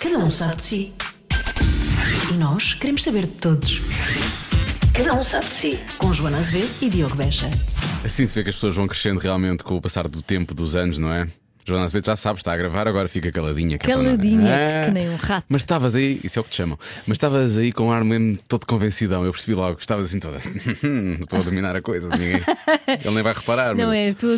Cada um sabe de si. E nós queremos saber de todos. Cada um sabe de si. Com Joana Azevedo e Diogo Beja. Assim se vê que as pessoas vão crescendo realmente com o passar do tempo, dos anos, não é? Joana Azevedo já sabe, está a gravar, agora fica caladinha. que é para não- Caladinha, Ah, que nem um rato. Mas estavas aí, isso é o que te chamam, mas estavas aí com um ar mesmo todo convencidão, eu percebi logo, estavas assim toda. Estou a dominar a coisa, ninguém. Ele nem vai reparar, Não mas... é, estou a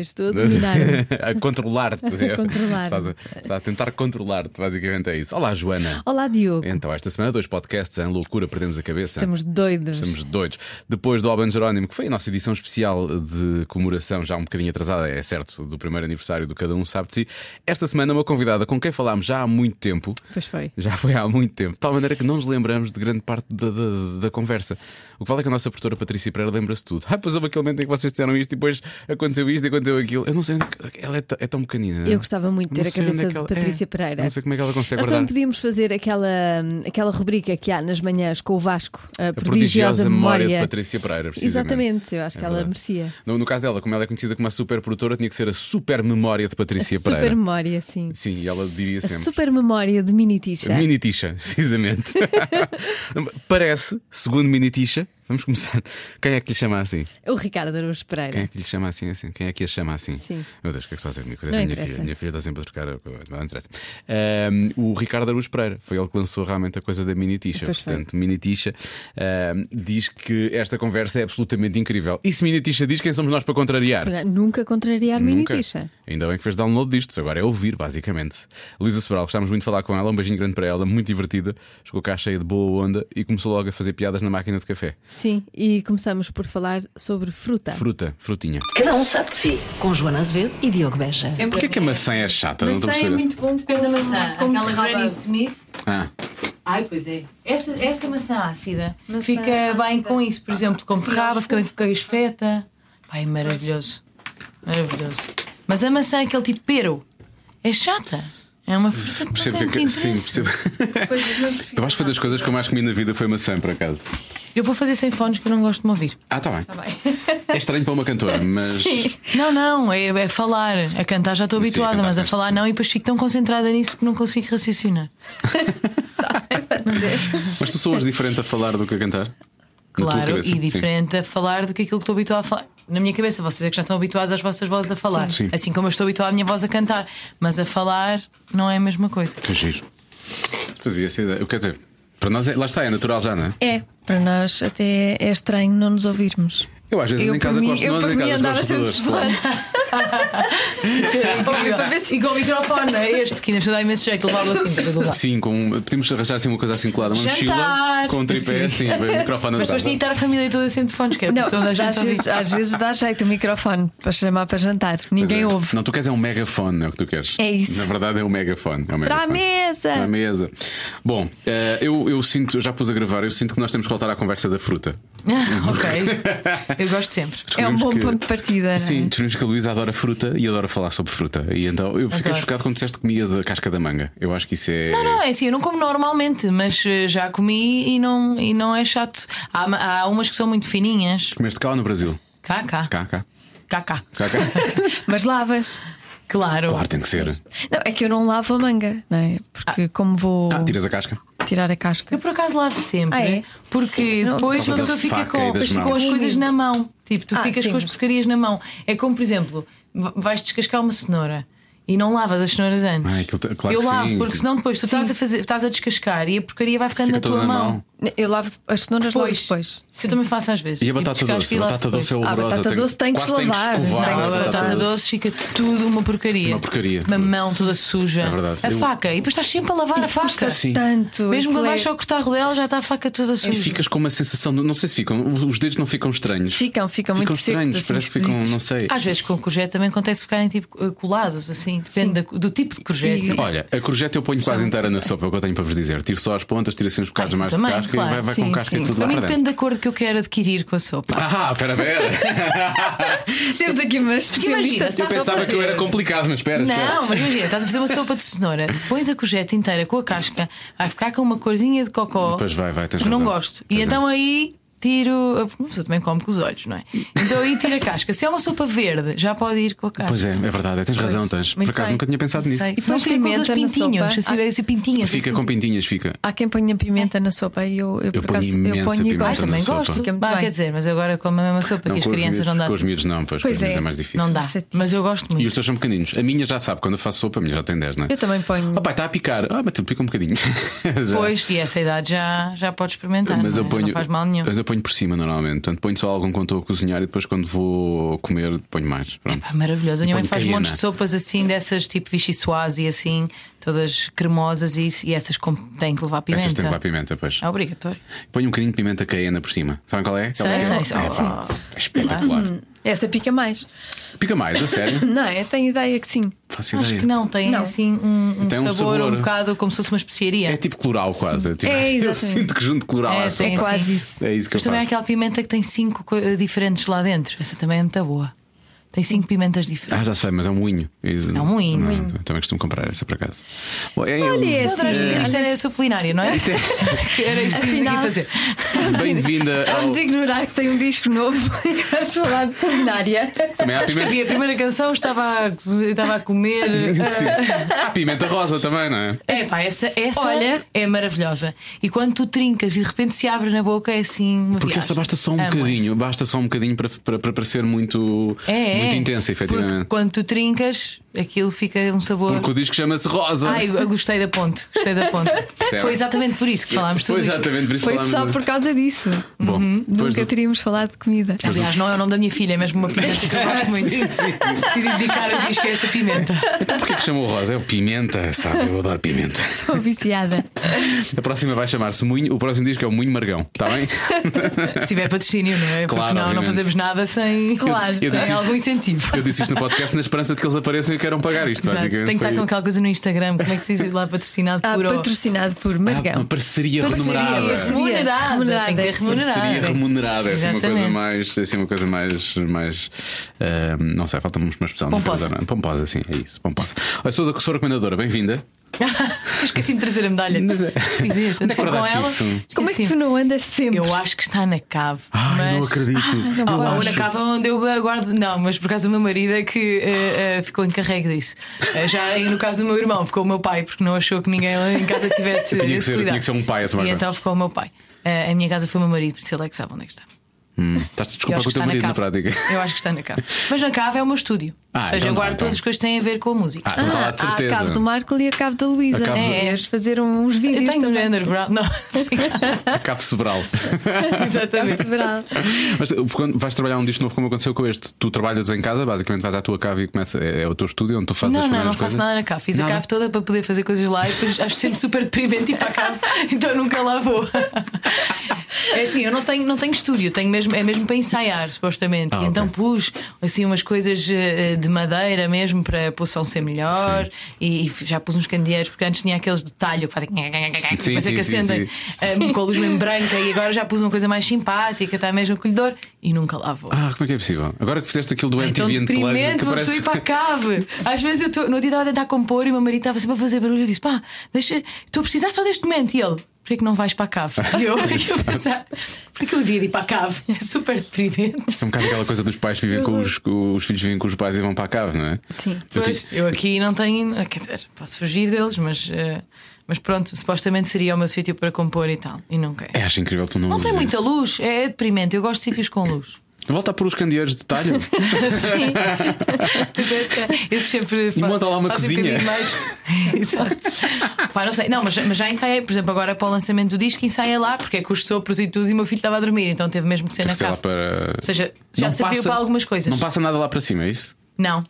estou a dominar-me. a controlar-te. é. A controlar-me. Estás a, estás a tentar controlar-te, basicamente é isso. Olá, Joana. Olá, Diogo. Então, esta semana, dois podcasts em loucura, perdemos a cabeça. Estamos doidos. Estamos doidos. Depois do Alban Jerónimo, que foi a nossa edição especial de comemoração, já um bocadinho atrasada, é certo, do primeiro aniversário do Cada Um Sabe de Si. Esta semana, uma convidada com quem falámos já há muito tempo. Pois foi. Já foi há muito tempo, de tal maneira que não nos lembramos de grande parte da, da- da conversa. O que vale é que a nossa produtora Patrícia Pereira lembra-se tudo. Ah, pois houve aquele momento em que vocês disseram isto e depois aconteceu isto e aconteceu aquilo. Eu não sei, onde que- ela é, t- é tão pequenina. Eu gostava muito de ter Não a sei onde cabeça é que de ela- Patrícia é, Pereira. Não sei como é que ela consegue Nós guardar. também podíamos fazer aquela, aquela rubrica que há nas manhãs com o Vasco, a, A prodigiosa, prodigiosa memória memória de Patrícia Pereira, precisamente. Exatamente, eu acho É que ela verdade. merecia. No, no caso dela, como ela é conhecida como a super produtora, tinha que ser a super memória de Patrícia Super Pereira. memória, sim. Sim, e ela diria A sempre. super memória de Mini Tisha. Mini Tisha, precisamente. Parece, segundo Mini Tisha, vamos começar. Quem é que lhe chama assim? O Ricardo Araújo Quem é Pereira. que lhe chama assim? assim? Quem é que a chama assim? Sim. Meu Deus, o que é que se passa comigo? Parece Não a minha interessa. filha. A minha filha está sempre a trocar. a- Não interessa. Ahm, o Ricardo Araújo Pereira foi ele que lançou realmente a coisa da mini tixa. Pois foi. Portanto, mini tixa ahm, diz que esta conversa é absolutamente incrível. E se mini tixa diz, quem somos nós para contrariar? Nunca contrariar Mini Nunca. Tisha. Ainda bem que fez download disto, agora é ouvir, basicamente. Luísa Sobral, gostámos muito de falar com ela, um beijinho grande para ela, muito divertida. Chegou cá cheia de boa onda e começou logo a fazer piadas na máquina de café. Sim, e começamos por falar sobre fruta. Fruta, frutinha. Cada um sabe de si. Com Joana Azevedo e Diogo Beja. Porquê que a maçã é chata? Não estou a Maçã é perceber. muito bom Depende da maçã. como Aquela rabada. Granny Smith. Ah. Ai, pois é. Essa, essa maçã ácida Maçã fica bem ácida. com isso, por exemplo, com perraba, fica bem com queijo feta. Pai, maravilhoso. Maravilhoso. Mas a maçã, é aquele tipo pero, é chata. É uma fruta que não Percebo tem muito que- sim, interesse. percebo. Eu acho que foi das coisas que eu mais comi na vida foi maçã, por acaso. Eu vou fazer sem fones que eu não gosto de me ouvir. Ah, está bem. É estranho para uma cantora, mas. Não, não, é, é falar. A cantar já estou Sim, habituada, cantar, mas a mas- falar não, e depois fico tão concentrada nisso que não consigo raciocinar. Mas tu soas diferente a falar do que a cantar? Na tua Claro, cabeça, e diferente a falar do que aquilo que estou habituado a falar. Na minha cabeça, vocês é que já estão habituados às vossas vozes a falar. Sim. Sim. Assim como eu estou habituado à minha voz a cantar. Mas a falar não é a mesma coisa. Sim. Que giro. Fazia essa ideia. Quer dizer, para nós é... lá está, é natural já, não é? É, para nós até é estranho não nos ouvirmos. Eu às vezes ando em casa com os nós em casa com os Para ver se com o microfone, é este que ainda está a dar imenso jeito, levá-lo assim para todo lado. Sim, com... podíamos arranjar assim uma coisa assim colada, uma mochila Jantar. com um tripé, assim, bem, microfone Mas depois tinha andado. tá- que estar a família toda sempre de fones, que é Não, toda a mas gente às a ouvir. vezes, às vezes dá jeito o microfone para chamar para jantar. Ninguém Pois é. ouve. Não, tu queres é um megafone, é o que tu queres. É isso. Na verdade é um megafone. É um Para a megafone. mesa! Para a mesa. Bom, eh, eu, eu sinto, eu já pus a gravar, eu sinto que nós temos que voltar à conversa da fruta. Ah, ok. Eu gosto sempre. É um Descobrimos bom que- ponto de partida. não é? Sim, descobrimos que a Luísa adora fruta e adora falar sobre fruta. E então eu fiquei Adoro. chocado quando disseste que comias a casca da manga. Eu acho que isso é. Não, não, é assim, eu não como normalmente, mas eh, já comi e não, e não é chato. Há, ma- há umas que são muito fininhas. Comeste cá ou no Brasil? Cá, cá. Cá, cá. Cá, cá. Cá, cá. Mas lavas. Claro. claro, tem que ser. Não, é que eu não lavo a manga, não é? Porque como vou Ah, tiras a casca. tirar a casca. Eu por acaso lavo sempre, né? Ah, é? porque Não. depois Por uma causa da pessoa fica faca e com, das fica com mãos. as coisas na mão. Tipo, tu Ah, ficas sim, com as mas- porcarias na mão. É como, por exemplo, v- vais descascar uma cenoura. E não lavas as cenouras antes. Ah, aquilo tá- claro eu que lavo, sim. porque senão depois tu estás a, fazer, estás a descascar e a porcaria vai ficando Fica na tua toda na mão. Eu lavo as cenouras logo depois. Isso eu também faço às vezes. E a Tipo, batata descasco doce? e A lavo batata depois. doce é Ah, a horrorosa. batata doce tem que se quase lavar, Tem que escovar tem Ah, que a a se batata, batata doce fica tudo uma porcaria. Uma porcaria. Uma mão toda suja. É verdade. A Eu- faca. E depois estás sempre a lavar Ah, a faca. custa Sim. Tanto. Mesmo quando aquilo é- vais só cortar a rodela, já está a faca toda E suja. ficas com uma sensação. de- Não sei se ficam. Os dedos não ficam estranhos. Ficam, Ficam ficam muito secos, estranhos. assim, parece que ficam. esquisitos. Não sei. Às vezes com o courgette também acontece ficarem tipo eh, colados, assim, depende da- do tipo de courgette. E- Olha, a corjeta eu ponho quase inteira na sopa, é o que eu tenho para vos dizer. Tiro só as pontas, tiro assim uns bocados isso mais Ah, também, de casca claro. e vai, vai com Sim, casca e sim. tudo Para lá mim para depende dentro. da cor que eu quero adquirir com a sopa. Ah, espera, espera. Temos aqui uma especialista. Imagina, de eu Eu Só pensava fazer. que eu era complicado, mas é. espera, espera. Não, mas imagina, estás a fazer uma sopa de cenoura. Se pões a courgette inteira com a casca, vai ficar com uma corzinha de cocó Pois vai, vai, tens que não razão. gosto. Pois e é. então aí tiro. Uma pessoa também come com os olhos, não é? Então aí tiro a casca. Se é uma sopa verde, já pode ir com a casca. Pois é, é verdade, tens razão, tens. Por Muito acaso bem. nunca tinha pensado Não nisso. sei. E Senão põe fica com pimenta aqueles na pintinhos, sopa? assim, vai ser pintinhas. Fica assim. com pintinhas, fica. Há quem ponha pimenta na sopa e eu, Eu eu, por ponho acaso imensa eu ponho e pimenta Ah, gosto. também sopa. gosto. Fica muito Bah, bem. quer dizer, mas agora como a mesma sopa que as com os crianças miúdos- não dá. Com os miúdos não, pois, com Pois os miúdos é. é mais difícil. Não dá. Chatice. Mas eu gosto E muito. os teus são pequeninos. A minha já sabe, quando eu faço sopa, a minha já tem 10, não é? Eu também ponho. Ah, pá, está a picar. Ah, mas tu pica um bocadinho. Já. Pois, e essa idade já, já pode experimentar. Mas não, eu é? ponho, não faz mal nenhum. mas eu ponho por cima normalmente. Portanto, ponho só algo quando estou a cozinhar e depois quando vou comer, ponho mais. Pronto. Pá, maravilhoso. A minha E mãe põe faz caiena. montes de sopas assim, dessas tipo vichyssoise e assim, todas cremosas e, isso- e essas com, têm que levar pimenta. Essas têm que levar pimenta, pois. É obrigatório. Ponho um bocadinho de pimenta caiena por cima. Sabem qual é? Aquela Sei, que é- sei, sei. Hum. é, pá, é espetacular. Essa pica mais. Pica mais, a sério. Não, eu tenho ideia que sim. Faço Acho ideia. que não, tem Não. assim um, um Tem um sabor, um sabor. bocado como se fosse uma especiaria. É tipo cloral quase. Tipo, É, eu exatamente. sinto que junto cloral É, à sopa. tem É quase sim. isso. É isso que eu Mas também há faço. aquela pimenta que tem cinco co- eh, diferentes lá dentro. Essa também é muito boa. Tem cinco pimentas diferentes. Ah, já sei, mas é um moinho. É um moinho. Também costumo comprar essa por acaso. Bom, é, Olha eu- esse. Atrás de isto era a sua culinária, não é? Era isto que tínhamos aqui a Afinal- fazer. é, Bem-vinda ao. Vamos ignorar que tem um disco novo e vamos falar de culinária. Também há Escrevi pimenta. a primeira canção, estava a, coz- estava a comer. Sim. Há pimenta rosa também, não é? É pá, essa, essa Olha. é maravilhosa. E quando tu trincas e de repente se abre na boca, é assim. Uma Porque viagem. essa basta só um Amo bocadinho, basta só um bocadinho para, para, para parecer muito, essa. É, é. muito intensa, Porque efetivamente. quando tu trincas, aquilo fica um sabor. Porque o disco chama-se Rosa. Ai, eu gostei da ponte, gostei da ponte. Percebe? Foi exatamente por isso que falámos Foi tudo isto. exatamente por isso que Foi falámos. só por causa disso. Uhum. Bom, depois Nunca do- teríamos falado de comida. Aliás, não é o nome da minha filha, é mesmo uma pimenta que eu gosto muito. Sim, sim. Decidi dedicar a disco a essa pimenta. Então porquê que chamou Rosa? É o Pimenta, sabe? Eu adoro Pimenta. Estou viciada. A próxima vai chamar-se Moinho, o próximo disco é o Moinho Margão, está bem? Se tiver patrocínio, não é? Claro, Porque não, não obviamente. fazemos nada sem, Claro. Eu disse sem isto- algum incentivo. Eu disse isto no podcast na esperança de que eles apareçam e queiram pagar isto, Exato. Tem basicamente. que estar Foi- com aquela coisa no Instagram, como é que se diz lá patrocinado Ah, por ou- patrocinado por Ah, Margão. Uma parceria remunerada. parceria. Remunerada. Remunerada, Tem que ter sim. remunerada. Seria remunerada, é assim uma coisa Exatamente. mais, é assim uma coisa mais, mais ah, não sei, falta-me uma expressão não quero Pomposa. usar nada. pomposa, sim, é isso, pomposa. Olha, sou da sou recomendadora, bem-vinda. Esqueci-me de trazer a medalha. Mas é- Estupidez. Onde é que Andei com guardaste ela. isso? Como é que tu Esqueci-me. não andas sempre? Eu acho que está na cave. mas... acredito. Eu Ah, a acho. única cava onde eu guardo. Não, mas por causa do meu marido é que eh, eh, ficou encarregue disso. Eh, já aí no caso do meu irmão, ficou o meu pai, porque não achou que ninguém lá em casa tivesse. Tinha que esse ser- cuidado. tinha que ser um pai a tomar E conta. então ficou o meu pai. Eh, a minha casa foi o meu marido, por isso ele é que sabe onde é que está. Hum, Estás a Eu desculpar acho com que o teu está marido na, cave. prática. Eu acho que está na cave. Mas na cave é o meu estúdio. Ah, Ou seja, então eu não, guardo então. todas as coisas que têm a ver com a música. Ah, então está lá Ah, de há a certeza. cabo do Marco e a cabo da Luísa. A cabo do- Devias fazer um- uns vídeos eu tenho no também. underground. Não, A cabo Sobral. exatamente. Sobral. Mas tu, quando vais trabalhar um disco novo, como aconteceu com este, tu trabalhas em casa, basicamente vais à tua cave e começa, é, é o teu estúdio onde tu fazes Não, as não, primeiras não faço coisas. nada na cave. Fiz Nada? a cave toda para poder fazer coisas lá e depois acho sempre super deprimente ir para a cave, então nunca lá vou. É assim, eu não tenho, não tenho estúdio, tenho mesmo, é mesmo para ensaiar, supostamente. Ah, e então ok. pus assim umas coisas eh, eh, de madeira mesmo para a poção ser melhor e, e já pus uns candeeiros, porque antes tinha aqueles de talho que fazem e depois sim, é que sim, acendem sim. eh, com a luz mesmo branca e agora já pus uma coisa mais simpática, está mesmo acolhedor e nunca lá vou. Ah, como é que é possível? Agora que fizeste aquilo do É tão MTV Unplugged, deprimente que uma pessoa ir para a cave. Às vezes eu tô, no outro dia estava a tentar compor e o meu marido estava sempre a fazer barulho. Eu disse: pá, deixa, estou a precisar só deste momento. E ele: porquê que não vais para a cave? E eu, e eu pensar: porquê que eu havia de ir para a cave? É super deprimente. É um bocado aquela coisa dos pais vivem com os, com os filhos vivem com os pais e vão para a cave, não é? Sim. Eu Pois, ti- eu aqui não tenho. eh, Quer dizer, posso fugir deles, mas, eh, mas pronto, supostamente seria o meu sítio para compor e tal. E nunca é. É, acho incrível que tu não Não uses tem muita isso. luz, é, é deprimente. Eu gosto de sítios com luz. Volta a pôr os candeeiros de talho. Esse sempre fa- monta lá uma faz cozinha. Um bocadinho mais... Exato. Pá, não sei. Não, mas, mas já ensaiei, por exemplo, agora para o lançamento do disco, ensaiei lá, porque é que os sopros e tudo, e o meu filho estava a dormir, então teve mesmo que ser na sei lá, cave. para... Ou seja, já Não serviu passa- para algumas coisas. Não passa nada lá para cima, é isso? Não. Isso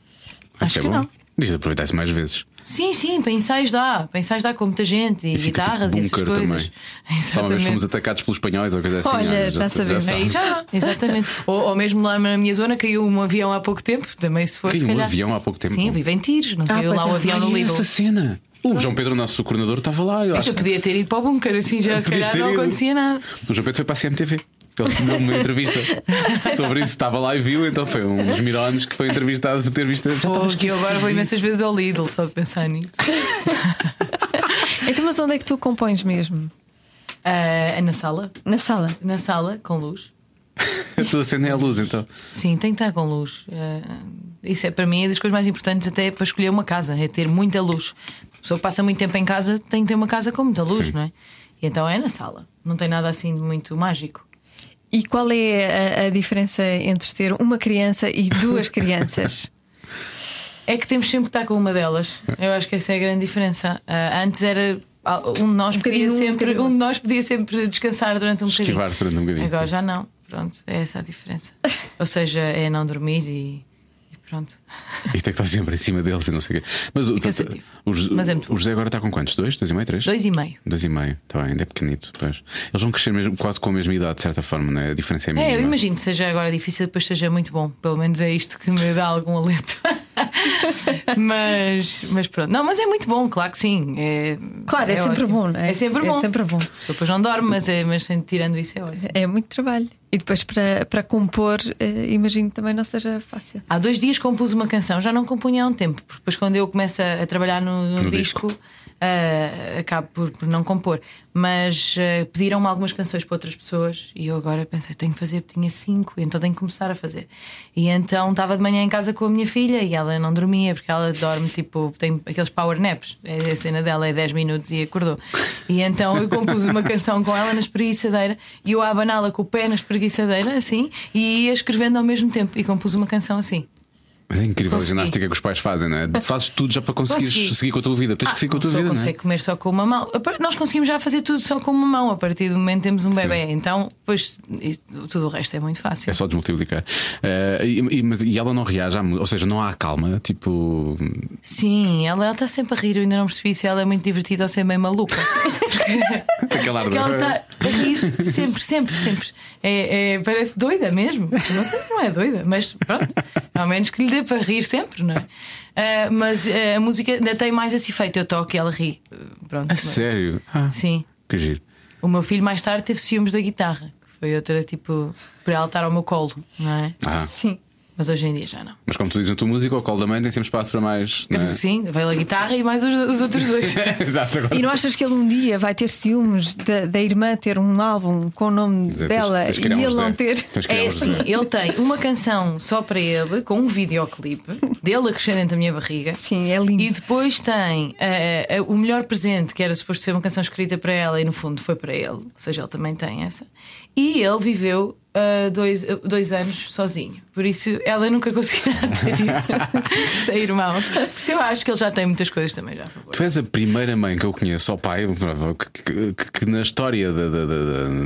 Acho é que bom. não. Devias aproveitar isso mais vezes. Sim, sim, para ensaios dá. Para ensaios dá com muita gente e, E fica guitarras tipo e essas bunker coisas. também. Só uma vez fomos atacados pelos espanhóis ou coisa assim. Olha, olha, já se- sabemos. se- Aí já, exatamente. ou, ou mesmo lá na minha zona caiu um avião há pouco tempo, também se for. Caiu se um calhar. avião há pouco tempo? Sim, vive em tiros, não caiu pois lá o é. avião tá no Olha Lidl. essa cena. O João Pedro, nosso coordenador, estava lá. Eu Eu acho. já podia ter ido para o bunker, assim já se Podias calhar ter não ido. acontecia nada. O João Pedro foi para a CMTV. Ele deu uma entrevista sobre isso, estava lá e viu, então foi um dos mirones que foi entrevistado por ter visto. Já Pô, estava que eu agora vou imensas vezes ao Lidl só de pensar nisso. Então, mas onde é que tu compões mesmo? Ah, na sala. Na sala. Na sala, com luz. tu acendem a luz Um então. Sim, tem que estar com luz. Eh, isso é para mim é das coisas mais importantes até para escolher uma casa, é ter muita luz. A pessoa que passa muito tempo em casa tem que ter uma casa com muita luz, Sim. não é? E então é na sala. Não tem nada assim de muito mágico. E qual é a, a diferença entre ter uma criança e duas crianças? É que temos sempre que estar com uma delas. Eu acho que essa é a grande diferença. Ah, antes era ah, um de nós podia bocadinho, um sempre, bocadinho. um de nós podia sempre descansar durante um bocadinho. Esquivar-se durante um bocadinho. Agora já não. Pronto, é essa a diferença. Ou seja, é não dormir e, e pronto. E tem que estar sempre em cima deles e não sei o quê. Mas, o, cansativo. o José- Mas é muito bom. o José agora está com quantos? Dois? Dois e meio? Três? Dois e meio. Dois e meio, está bem, ainda é pequenito. Pois. Eles vão crescer mesmo, quase com a mesma idade, de certa forma, não é? A diferença é mínima. É, eu imagino que seja agora difícil, depois seja muito bom. Pelo menos é isto que me dá algum alento. mas, mas pronto. Não, mas é muito bom, claro que sim. É, Claro, é, sempre ótimo. bom, não é? É sempre bom. É sempre bom. A pessoa depois não dorme, mas, é, mas tirando isso é ótimo. É muito trabalho. E depois para, para compor, eh, imagino que também não seja fácil. Há dois dias compus uma canção, já não compunha há um tempo, porque depois quando eu começo a, a trabalhar no, no No disco. disco, ah, acabo por, por não compor. Mas ah, pediram-me algumas canções para outras pessoas e eu agora pensei, tenho que fazer, porque tinha cinco, então tenho que começar a fazer. E então estava de manhã em casa com a minha filha e ela não dormia, porque ela dorme tipo, tem aqueles power naps, É, a cena dela é 10 minutos e acordou. E então eu compus uma canção com ela na espreguiçadeira e eu a abaná-la com o pé na espreguiçadeira, assim, e ia escrevendo ao mesmo tempo e compus uma canção assim. Mas é incrível Consegui. a ginástica que os pais fazem, não é? Fazes tudo já para conseguires Consegui. seguir com a tua vida. Tens que seguir com a tua Só vida, não é? Ah, consegue comer só com uma mão. Nós conseguimos já fazer tudo só com uma mão. A partir do momento que temos um bebê. Então, pois, isso- tudo o resto é muito fácil. É só desmultiplicar. Eh, e, e- mas, e ela não reage, à mu- ou seja, não há calma, tipo. Sim, ela ela está sempre a rir. Eu ainda não percebi se ela é muito divertida ou se é meio maluca. Aquela tá- Porque ela está a rir sempre, sempre, sempre. É, é- parece doida mesmo. Não sei se não é doida, mas pronto. Ao menos que lhe dê para rir sempre, não é? Ah, mas ah, a música ainda tem mais esse efeito. Eu toco e ela ri. Pronto. A sério? Ah, Sim. que giro. O meu filho mais tarde teve ciúmes da guitarra, que foi outra tipo para ela estar ao meu colo, não é? Ah, Sim. Mas hoje em dia já não. mas como tu dizes na tua música, o colo da mãe tem sempre espaço para mais. não é? Sim, veio a guitarra e mais os, os outros dois. Exato, agora. E não achas que ele um dia vai ter ciúmes da, da irmã ter um álbum com o nome Tens- tens- dela tens que e criar um ele José. não ter? Tens que criar É um assim, José. ele tem uma canção só para ele, com um videoclipe, dele acrescente a minha barriga. Sim, é lindo. E depois tem ah, ah, o melhor presente, que era suposto ser uma canção escrita para ela e no fundo foi para ele. Ou seja, ele também tem essa. E ele viveu ah, dois, dois anos sozinho. Por isso, ela nunca conseguirá ter isso sem irmão. Por isso, eu acho que ele já tem muitas coisas também já a favor. Tu és a primeira mãe que eu conheço, ao pai, que, que- que- que na história da, da, da,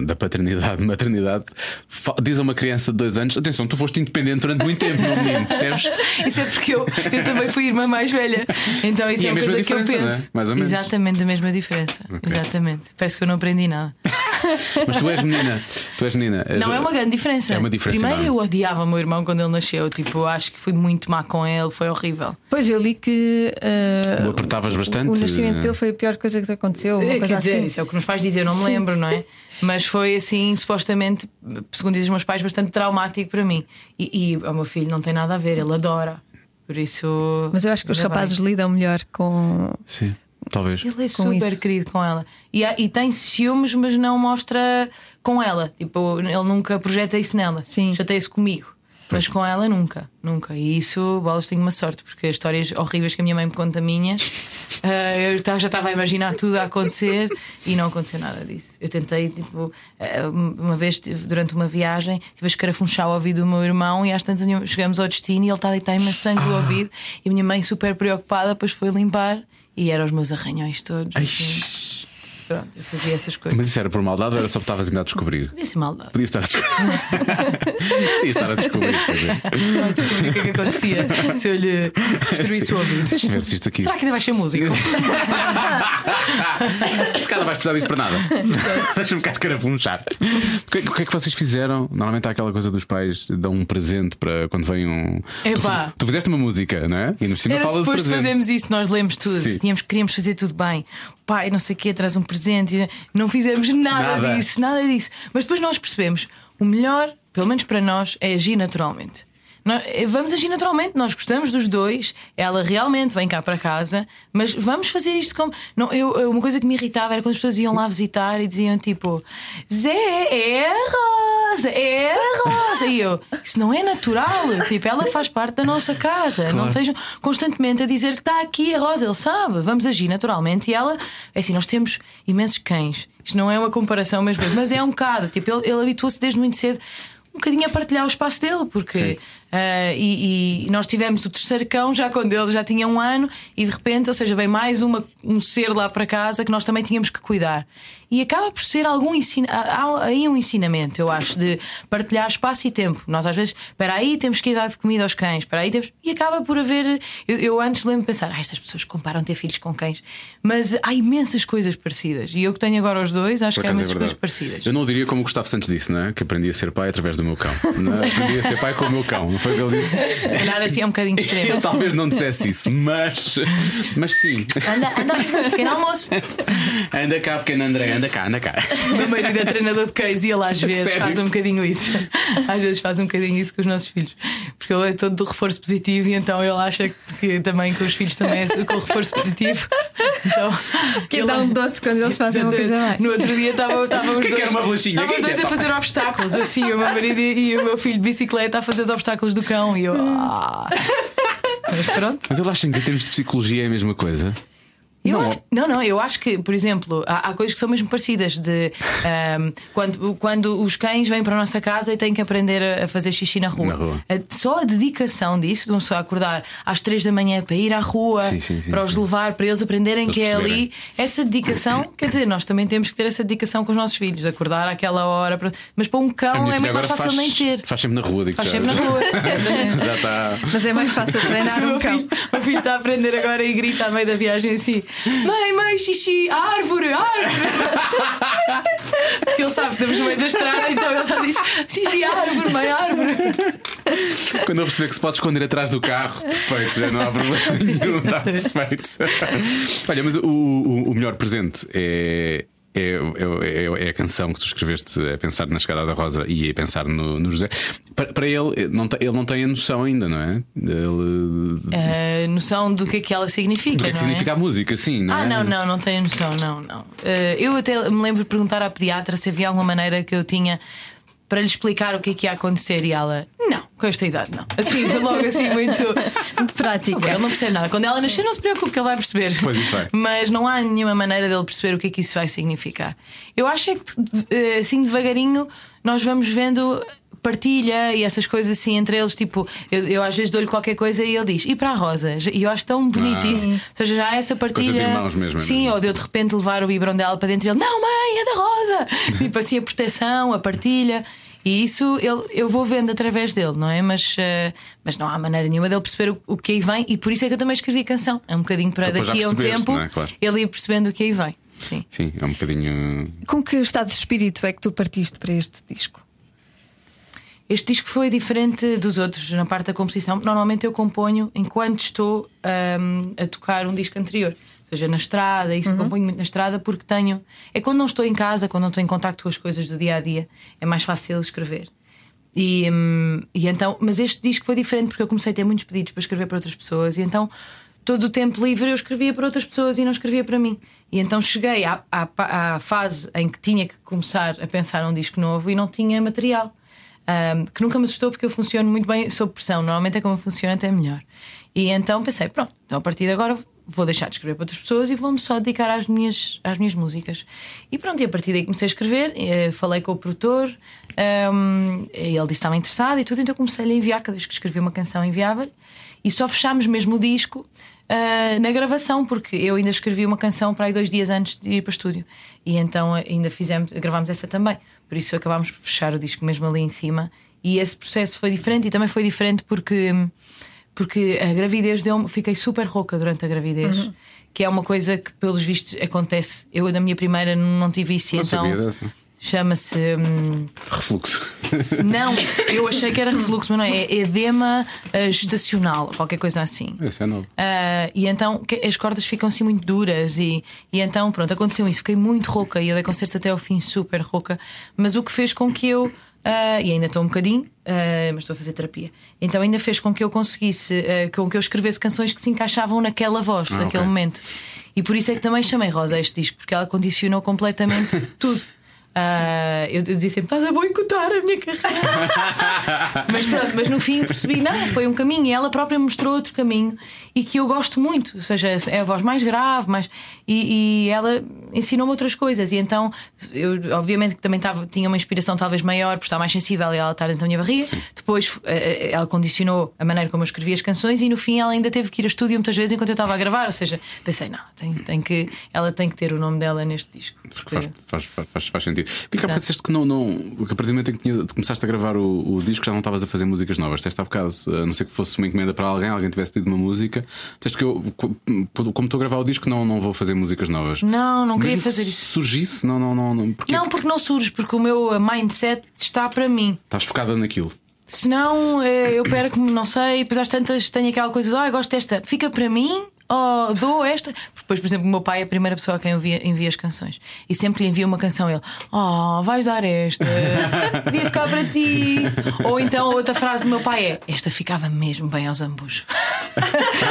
da paternidade, maternidade, fa- diz a uma criança de dois anos: atenção, tu foste independente durante muito tempo, meu menino, percebes? Isso é porque eu, eu também fui irmã mais velha. Então isso E é a uma mesma coisa que eu diferença, penso. né? Mais ou menos. Exatamente a mesma diferença. Exatamente. Parece que eu não aprendi nada. Mas tu és menina, tu és menina. És- Não é uma grande diferença. É uma diferença Primeiro eu enorme. odiava o meu irmão quando ele nasceu. Tipo, eu acho que fui muito má com ele, foi horrível. Pois eu li que ah, O apertavas bastante? o nascimento dele foi a pior coisa que te aconteceu. Uma É, coisa Quer dizer, assim. isso é o que nos pais dizem, eu não me lembro, não é? Mas foi assim, supostamente, segundo dizem os meus pais, bastante traumático para mim. E, e o meu filho não tem nada a ver, ele adora. Por isso. Mas eu acho que os ainda bem. rapazes lidam melhor com. Sim, talvez. Ele é com super isso. querido com ela. E, há- e tem ciúmes, mas não mostra com ela. Tipo, ele nunca projeta isso nela. Sim. Chateia-se comigo. Mas com ela nunca, nunca. E isso, bolas, tenho uma sorte, porque as histórias horríveis que a minha mãe me conta minhas, ah, eu ta- já estava a imaginar tudo a acontecer e não aconteceu nada disso. Eu tentei, tipo, ah, uma vez, tive- durante uma viagem, tive a escarafunchar o ouvido do meu irmão e às tantas chegamos ao destino e ele está a deitar imenso sangue do ouvido e a minha mãe, super preocupada, depois foi limpar e eram os meus arranhões todos. assim. Pronto, eu fazia essas coisas. Mas isso era por maldade ou era só porque estavas ainda a descobrir? Podia ser maldade. Podias estar a descobrir. Podias estar a descobrir. quer dizer. Não descobri o que é que acontecia se eu lhe destruísse o ouvido. Deixa eu ver se isto aqui. Será que ainda vai ser músico? Se calhar não vais precisar disso para nada. um Deixa-me cá escarafunchar. O que, o que é que vocês fizeram? Normalmente há aquela coisa dos pais dão um presente para quando vem um. Tu, Epá. tu fizeste uma música, não é? E no cima Era fala de suposto presente. fazermos isso, nós lemos tudo. Sim. Tínhamos, queríamos fazer tudo bem. O pai, não sei o quê, traz um presente. e Não fizemos nada, Nada. disso, nada disso. Mas depois nós percebemos: o melhor, pelo menos para nós, é agir naturalmente. Nós- eh, vamos agir naturalmente, nós gostamos dos dois, ela realmente vem cá para casa, mas vamos fazer isto como. Não, eu, eu- uma coisa que me irritava era quando as pessoas iam lá visitar e diziam tipo: Zé, é a Rosa, é a Rosa. E eu, isso não é natural, tipo, ela faz parte da nossa casa. Não estejam constantemente a dizer: está aqui a Rosa, ele sabe, vamos agir naturalmente. E ela, é assim, nós temos imensos cães, isto não é uma comparação mesmo, mas é um bocado, tipo, ele, ele habituou-se desde muito cedo um bocadinho a partilhar o espaço dele, porque Sim. ah, e, e nós tivemos o terceiro cão já quando ele já tinha um ano, e de repente, ou seja, vem mais uma, um ser lá para casa que nós também tínhamos que cuidar. E acaba por ser algum ensina, há há aí um ensinamento, eu acho, de partilhar espaço e tempo. Nós às vezes, espera aí, temos que ir dar de comida aos cães, espera aí, temos. E acaba por haver. Eu, eu antes lembro de pensar, ah, estas pessoas comparam ter filhos com cães, mas há imensas coisas parecidas. E eu que tenho agora os dois, acho Por que há acaso é imensas coisas verdade. parecidas. Eu não diria como o Gustavo Santos disse, não é? Que aprendi a ser pai através do meu cão. Não, é? aprendi a ser pai com o meu cão, não foi o que ele disse? Se calhar assim é um bocadinho extremo. Ele talvez não dissesse isso, mas, mas sim. Anda, anda, pequeno almoço. Anda cá, pequeno André, anda cá, anda cá. meu marido é treinador de cães e ele às vezes Sério? faz um bocadinho isso. Às vezes faz um bocadinho isso com os nossos filhos. Porque ele é todo do reforço positivo e então ele acha que, que também com os filhos também é com o reforço positivo. Então, Que dá um doce quando eles fazem uma coisa mais. é- No outro dia estavam estavam os Quem dois, quer uma bolachinha? estavam Quem os dois quer, a pá? fazer obstáculos, assim, o meu marido e, e o meu filho de bicicleta a fazer os obstáculos do cão. E eu. "Ah." Mas pronto. Mas ele acha que em termos de psicologia é a mesma coisa? Eu Não. a- não, não, eu acho que, por exemplo, há, há coisas que são mesmo parecidas de ahm, quando, quando os cães vêm para a nossa casa e têm que aprender a, a fazer xixi na rua. Na rua. A- só a dedicação disso, de uma pessoa acordar às três da manhã para ir à rua, Sim, sim, sim, para os sim. levar, para eles aprenderem Para que é perceberem. ali, essa dedicação, quer dizer, nós também temos que ter essa dedicação com os nossos filhos, de acordar àquela hora, para- mas para um A cão minha é filha muito mais agora fácil faz, nem ter. Faz sempre na rua, digo Faz sempre na rua. Já está. Mas é mais fácil Sim, treinar o um meu cão. filho, o meu filho está a aprender agora e grita a meio da viagem assim: Mãe, mãe, xixi, árvore, árvore. Porque ele sabe que estamos no meio da estrada, então ele só diz: Xixi, árvore, mãe, árvore. Quando eu perceber que se pode esconder atrás do carro, perfeito, já não há problema nenhum, está perfeito. Olha, mas o, o- o melhor presente é. É, é- é- é a canção que tu escreveste a pensar na chegada da Rosa e a pensar no, no José. Para, para ele, eh, não tem- ele não tem a noção ainda, não é? Ele, A noção do que é que ela significa. do que é que não significa a música, sim, não é? Ah, não, não, não tenho noção, não, não. Eh, eu até me lembro de perguntar à pediatra se havia alguma maneira que eu tinha para lhe explicar o que é que ia acontecer e ela, não, com esta idade não. Assim, foi logo assim, muito. Por favor, Prática. Ele não percebe nada. Quando ela nascer, não se preocupe, que ele vai perceber. Pois, isso vai. Mas não há nenhuma maneira dele perceber o que é que isso vai significar. Eu acho é que, eh, assim, devagarinho, nós vamos vendo partilha e essas coisas assim entre eles. Tipo, eu, eu às vezes dou-lhe qualquer coisa e ele diz: e para a Rosa? E eu acho tão bonito Ah. isso. Ou seja, já há essa partilha. irmãos mesmo, é Sim, mesmo. ou de eu de repente levar o biberon dela para dentro e ele: não, mãe, é da Rosa! tipo assim, a proteção, a partilha. E isso ele- eu vou vendo através dele, não é? Mas, eh, mas não há maneira nenhuma dele perceber o, o que aí vem, e por isso é que eu também escrevi a canção. É um bocadinho para Depois já daqui a um percebeste, tempo não é? Claro. ele ir percebendo o que aí vem. Sim. Sim, é um bocadinho. Com que estado de espírito é que tu partiste para este disco? Este disco foi diferente dos outros na parte da composição. Normalmente eu componho enquanto estou hum, a tocar um disco anterior. Ou seja, na estrada, isso eu componho muito na estrada porque tenho. É quando não estou em casa, quando não estou em contacto com as coisas do dia a dia, é mais fácil escrever. E, hum, e então, mas este disco foi diferente porque eu comecei a ter muitos pedidos para escrever para outras pessoas e então todo o tempo livre eu escrevia para outras pessoas e não escrevia para mim. E então cheguei à, à pa- à fase em que tinha que começar a pensar um disco novo e não tinha material. Ahm, que nunca me assustou porque eu funciono muito bem sob pressão. Normalmente é como funciona até melhor. E então pensei, pronto, então a partir de agora vou deixar de escrever para outras pessoas e vou-me só dedicar às minhas, às minhas músicas. E pronto, e a partir daí comecei a escrever, eh, falei com o produtor, ahm, e ele disse que estava interessado e tudo, então comecei a enviar, cada vez que escrevi uma canção enviava-lhe, e só fechámos mesmo o disco. ah, na gravação, porque eu ainda escrevi uma canção para aí dois dias antes de ir para o estúdio e então ainda fizemos, gravámos essa também. Por isso acabámos por fechar o disco mesmo ali em cima. E esse processo foi diferente e também foi diferente porque porque a gravidez deu fiquei super rouca durante a gravidez, que é uma coisa que pelos vistos acontece. Eu na minha primeira não tive isso, e Não então sabia dessa. chama-se hum, Refluxo. não, eu achei que era refluxo, mas não é, é edema eh, gestacional, qualquer coisa assim. Esse é novo. Ah, e então que- as cordas ficam assim muito duras e, e então pronto, aconteceu isso, fiquei muito rouca e eu dei concertos até ao fim super rouca, mas o que fez com que eu ah, e ainda estou um bocadinho, ah, mas estou a fazer terapia. Então ainda fez com que eu conseguisse, ah, com que eu escrevesse canções que se encaixavam naquela voz, Ah, naquele ok. momento. E por isso é que também chamei Rosa a este disco, porque ela condicionou completamente tudo. Ah, eu, eu dizia sempre: estás a boicotar a minha carreira. mas pronto, mas no fim percebi, não, foi um caminho e ela própria mostrou outro caminho e que eu gosto muito, ou seja, é a voz mais grave, mas e, e ela ensinou-me outras coisas e então eu obviamente que também tava, tinha uma inspiração talvez maior por estar mais sensível e ela estar dentro da minha barriga. Depois eh, eh, ela condicionou a maneira como eu escrevia as canções e no fim ela ainda teve que ir a estúdio muitas vezes enquanto eu estava a gravar, ou seja, pensei, não, tem, tem que ela tem que ter o nome dela neste disco. Porque Faz, faz, faz, faz, faz sentido. Porque há bocado Exato. disseste que não, não. Que a partir do momento em que tinhas- começaste a gravar o, o disco já não estavas a fazer músicas novas. Disseste há bocado, a não ser que fosse uma encomenda para alguém, alguém tivesse pedido uma música. Disseste que eu, co- como estou a gravar o disco, não, não vou fazer músicas novas. Não, não queria Mesmo que fazer isso. Surgisse, não, não, não. não. Porquê? Não, porque não surge, porque o meu mindset está para mim. Estás focada naquilo. Senão eh, eu perco-me, não sei, depois às tantas tenho aquela coisa de, ah, eu gosto desta, fica para mim ou dou esta. Depois, por exemplo, o meu pai é a primeira pessoa a quem eu envia, envia as canções e sempre lhe envia uma canção. Ele, oh, vais dar esta, devia ficar para ti. Ou então outra frase do meu pai é, esta ficava mesmo bem aos ambos.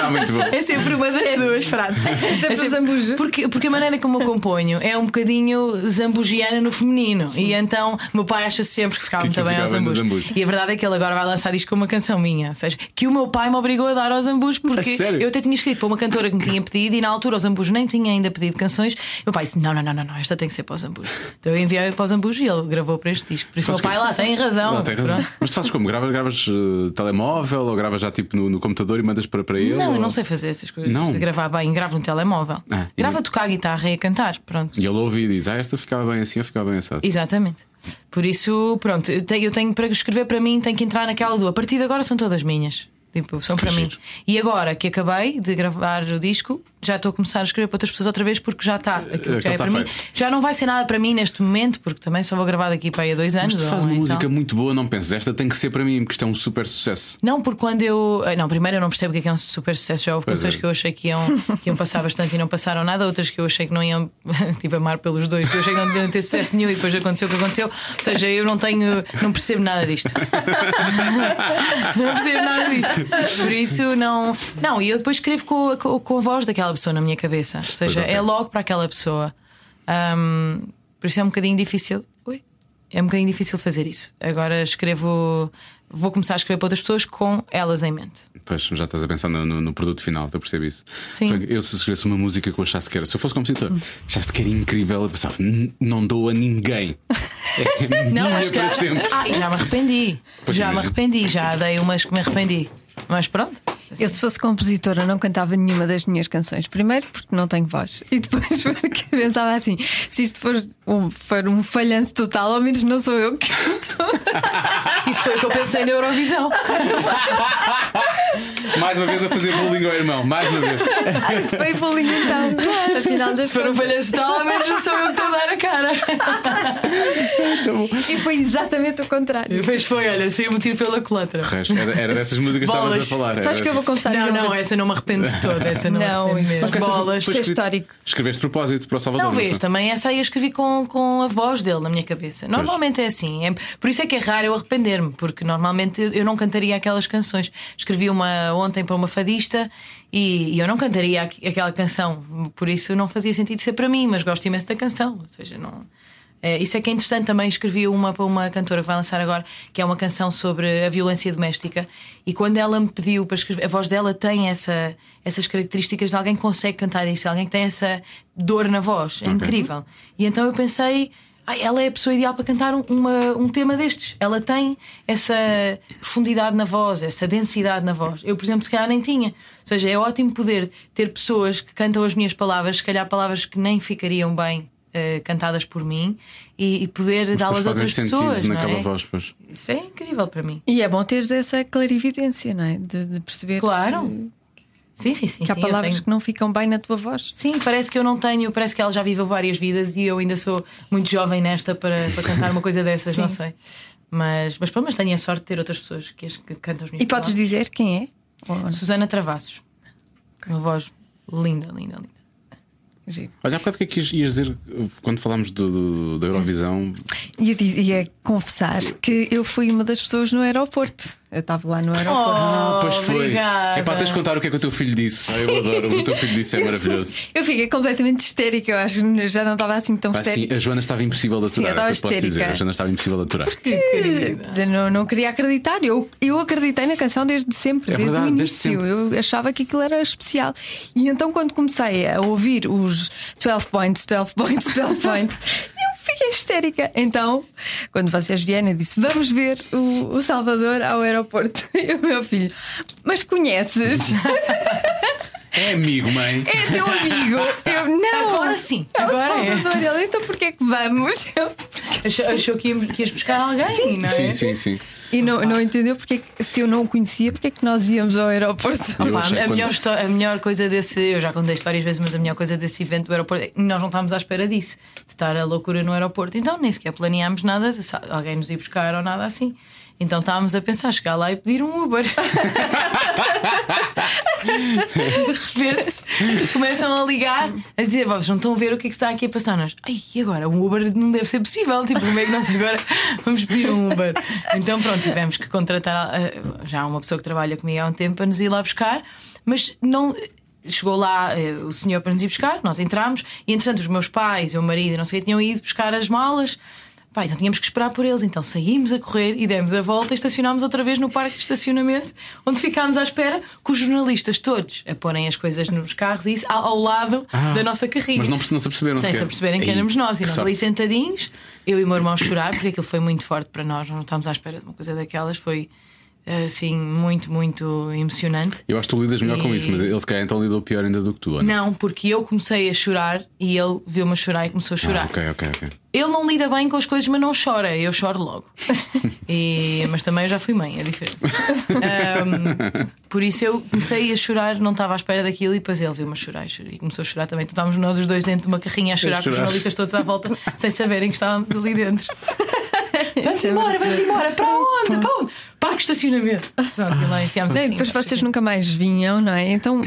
Ah, muito bom. É sempre uma das duas frases. É sempre zambujo. porque, porque a maneira como eu componho é um bocadinho zambugiana no feminino. E então meu pai acha sempre que ficava Que muito aquilo bem aos ficava bem zambus. no zambujo. E a verdade é que ele agora vai lançar disco com uma canção minha. Ou seja, que o meu pai me obrigou a dar aos zambus A porque sério? eu até tinha escrito para uma cantora que me tinha pedido e na altura os zambus nem tinha ainda pedido canções. Meu pai disse: Não, não, não, não, não esta tem que ser para os zambus. Então eu enviei para os zambus e ele gravou para este disco. Por isso o meu Faz pai lá tem razão. Não, tem razão. Pronto. é Mas tu fazes como? Gravas, gravas eh, telemóvel ou gravas já tipo no, no computador e mandas para, para ele? Não, eu ou- não sei fazer essas coisas Não. de gravar bem, gravo no telemóvel. Ah, e Gravo não- a tocar guitarra e a cantar, pronto. E ele ouve e diz: Ah, esta ficava bem assim ou ficava bem assado. Exatamente. Por isso, pronto, eu tenho, eu tenho para escrever para mim, tenho que entrar naquela do. A partir de agora são todas minhas. Tipo, são Que para mim. giro. E agora que acabei de gravar o disco, já estou a começar a escrever para outras pessoas outra vez porque já está. Aquilo Eh, aquilo que já é está para mim. feito. Já não vai ser nada para mim neste momento, porque também só vou gravar daqui para aí a dois anos. Mas tu ou fazes um uma ano e música tal. muito boa, não penses, esta tem que ser para mim, porque isto é um super sucesso. Não, porque quando eu. eh, Não, primeiro eu não percebo o que é, que é um super sucesso. Já houve Pois canções é. que eu achei que iam, que iam passar bastante e não passaram nada, outras que eu achei que não iam, tipo, amar pelos dois, que eu achei que não iam ter sucesso nenhum e depois aconteceu o que aconteceu. Ou seja, eu não tenho. Não percebo nada disto. não percebo nada disto. Por isso, não. Não, e eu depois escrevo com, a- com, com a voz daquela pessoa na minha cabeça. Ou seja, ok. é logo para aquela pessoa. Ahm, por isso é um bocadinho difícil. Ui. É um bocadinho difícil fazer isso. Agora escrevo. Vou começar a escrever para outras pessoas com elas em mente. Pois já estás a pensar no, no- no produto final, eu percebo isso. Sim. Só que eu se escrevesse uma música que eu achasse que era, se eu fosse compositor, achasse que era incrível, eu pensava, "N- não dou a ninguém. É minha acho que para sempre. Ah, e já me arrependi. Pois já imagino. me arrependi, já dei umas que me arrependi. Mas pronto. Eu, se fosse compositora, não cantava nenhuma das minhas canções. Primeiro, porque não tenho voz. E depois, porque pensava assim: se isto for um, for um falhanço total, ao menos não sou eu que canto. Isso foi o que eu pensei na Eurovisão. Mais uma vez a fazer bullying ao irmão, mais uma vez. Ai, se foi bullying então. Afinal das Se for um contas. palhaço, tal, ao menos não sou eu que estou a dar a cara. E foi exatamente o E contrário. depois foi, olha, saiu-me tiro pela culatra. Resto, Era, era dessas músicas que Bolas. estavas a falar. era Sabes que eu vou confessar Não, aqui uma não, coisa? essa não me arrependo de toda. Essa não, Não, me isso- Mas arrependo mesmo. que essa foi- Bolas. Isto é assim, Depois escrevi- histórico. Escreveste propósito para o Salvador. é? Não vês, foi? também é essa aí eu escrevi com, com a voz dele na minha cabeça. Normalmente é assim. É, por isso é que é raro eu arrepender-me, porque normalmente eu, eu não cantaria aquelas canções. Escrevi uma ontem para uma fadista e, e eu não cantaria aqu- aquela canção. Por isso não fazia sentido ser para mim, mas gosto imenso da canção. Ou seja, não. É, isso é que é interessante também. Escrevi uma para uma cantora que vai lançar agora, que é uma canção sobre a violência doméstica. E quando ela me pediu para escrever, a voz dela tem essa, essas características de alguém que consegue cantar isso, alguém que tem essa dor na voz. É Ok. incrível. E então eu pensei. "Ai, ela é a pessoa ideal para cantar um- uma- um tema destes. Ela tem essa profundidade na voz, essa densidade na voz. Eu, por exemplo, se calhar nem tinha. Ou seja, é ótimo poder ter pessoas que cantam as minhas palavras, se calhar palavras que nem ficariam bem eh, cantadas por mim e, e poder Depois dá-las a fazem outras sentido pessoas. Não naquela é? voz, pois. Isso é incrível para mim. E é bom teres essa clarividência, não é? De, de perceberes Claro. Sim, sim, sim. que há sim, eu palavras tenho- que não ficam bem na tua voz. Sim, parece que eu não tenho, parece que ela já viveu várias vidas e eu ainda sou muito jovem nesta para, para cantar uma coisa dessas, não sei. Mas, mas pronto, mas tenho a sorte de ter outras pessoas que, as- que cantam os meus E podes dizer quem é? Ou não? Susana Travassos. Uma voz linda, linda, linda. giro. Olha, há bocado o que é que ias, ias dizer quando falámos do, do- da Eurovisão? E eu diz- e é confessar que eu fui uma das pessoas no aeroporto. Eu estava lá no aeroporto. Oh, Ah, pois obrigada. É pá, tens de contar o que é que o teu filho disse. Ah, eu adoro, o que o teu filho disse é maravilhoso. Eu fiquei completamente histérica, eu acho que já não estava assim tão Pá, Ah, sim, histérica. a Joana estava impossível de Sim, eu aturar. estava é o que eu posso histérica. dizer. A Joana estava impossível de aturar. Eu Eh, não, não queria acreditar. Eu, eu acreditei na canção desde sempre, É desde o verdade, desde início. eu achava que aquilo era especial. E então, quando comecei a ouvir os 12 points, 12 points, 12 points, eu fiquei histérica. Então, quando vocês vieram, eu disse: Vamos ver o, o Salvador ao aeroporto. E o meu filho, mas conheces? É amigo, mãe. É teu amigo. Eu não. Agora sim, É o agora é. Salvador. Ele, então, porquê é que vamos? Eu, "Porque Achou, achou que, íamos- que ias buscar alguém, não é? Sim, sim, sim. E não, não entendeu porque é que, se eu não o conhecia, porque é que nós íamos ao aeroporto? Eu Pá, achei a, quando- melhor histó- a melhor coisa desse, eu já contei isto várias vezes, mas a melhor coisa desse evento do aeroporto é que nós não estávamos à espera disso, de estar a loucura no aeroporto. Então nem sequer planeámos nada, de sa- alguém nos ir buscar ou nada assim. Então estávamos a pensar, chegar lá e pedir um Uber. de repente começam a ligar, a dizer: vocês não estão a ver o que é que está aqui a passar. Nós, ai, e agora? Um Uber não deve ser possível. Tipo, como é que nós agora vamos pedir um Uber? Então pronto, tivemos que contratar eh, já uma pessoa que trabalha comigo há um tempo para nos ir lá buscar, mas não. Chegou lá eh, o senhor para nos ir buscar, nós entramos e entretanto os meus pais, o meu marido, e não sei o que, tinham ido buscar as malas. Pá, então tínhamos que esperar por eles, então saímos a correr e demos a volta e estacionámos outra vez no parque de estacionamento, onde ficámos à espera com os jornalistas todos a porem as coisas nos carros e isso ao- ao lado Ah, da nossa carrinha. Mas não, perce- não se perceberam Sem se sequer. aperceberem que Ei, éramos nós. E que nós sorte. ali sentadinhos, eu e o meu irmão a chorar, porque aquilo foi muito forte para nós. Não estávamos à espera de uma coisa daquelas. Foi assim, muito, muito emocionante. Eu acho que tu lidas melhor com isso, mas ele se calhar então lidou pior ainda do que tu, Ana. Não, porque eu comecei a chorar e ele viu-me a chorar e começou a chorar. Ah, ok, ok, ok. Ele não lida bem com as coisas, mas não chora. Eu choro logo. E- mas também eu já fui mãe, é diferente. Ahm, por isso eu comecei a chorar, não estava à espera daquilo, e depois ele viu-me a chorar e chorou- e começou a chorar também. Então estávamos nós os dois dentro de uma carrinha a chorar, com os chorar. jornalistas todos à volta, sem saberem que estávamos ali dentro. Vamos é embora, verdade. vamos embora, para onde? Para onde? Parque de estacionamento. Pronto, e lá enfiámos Não é? assim, Depois pá. vocês nunca mais vinham, não é? Então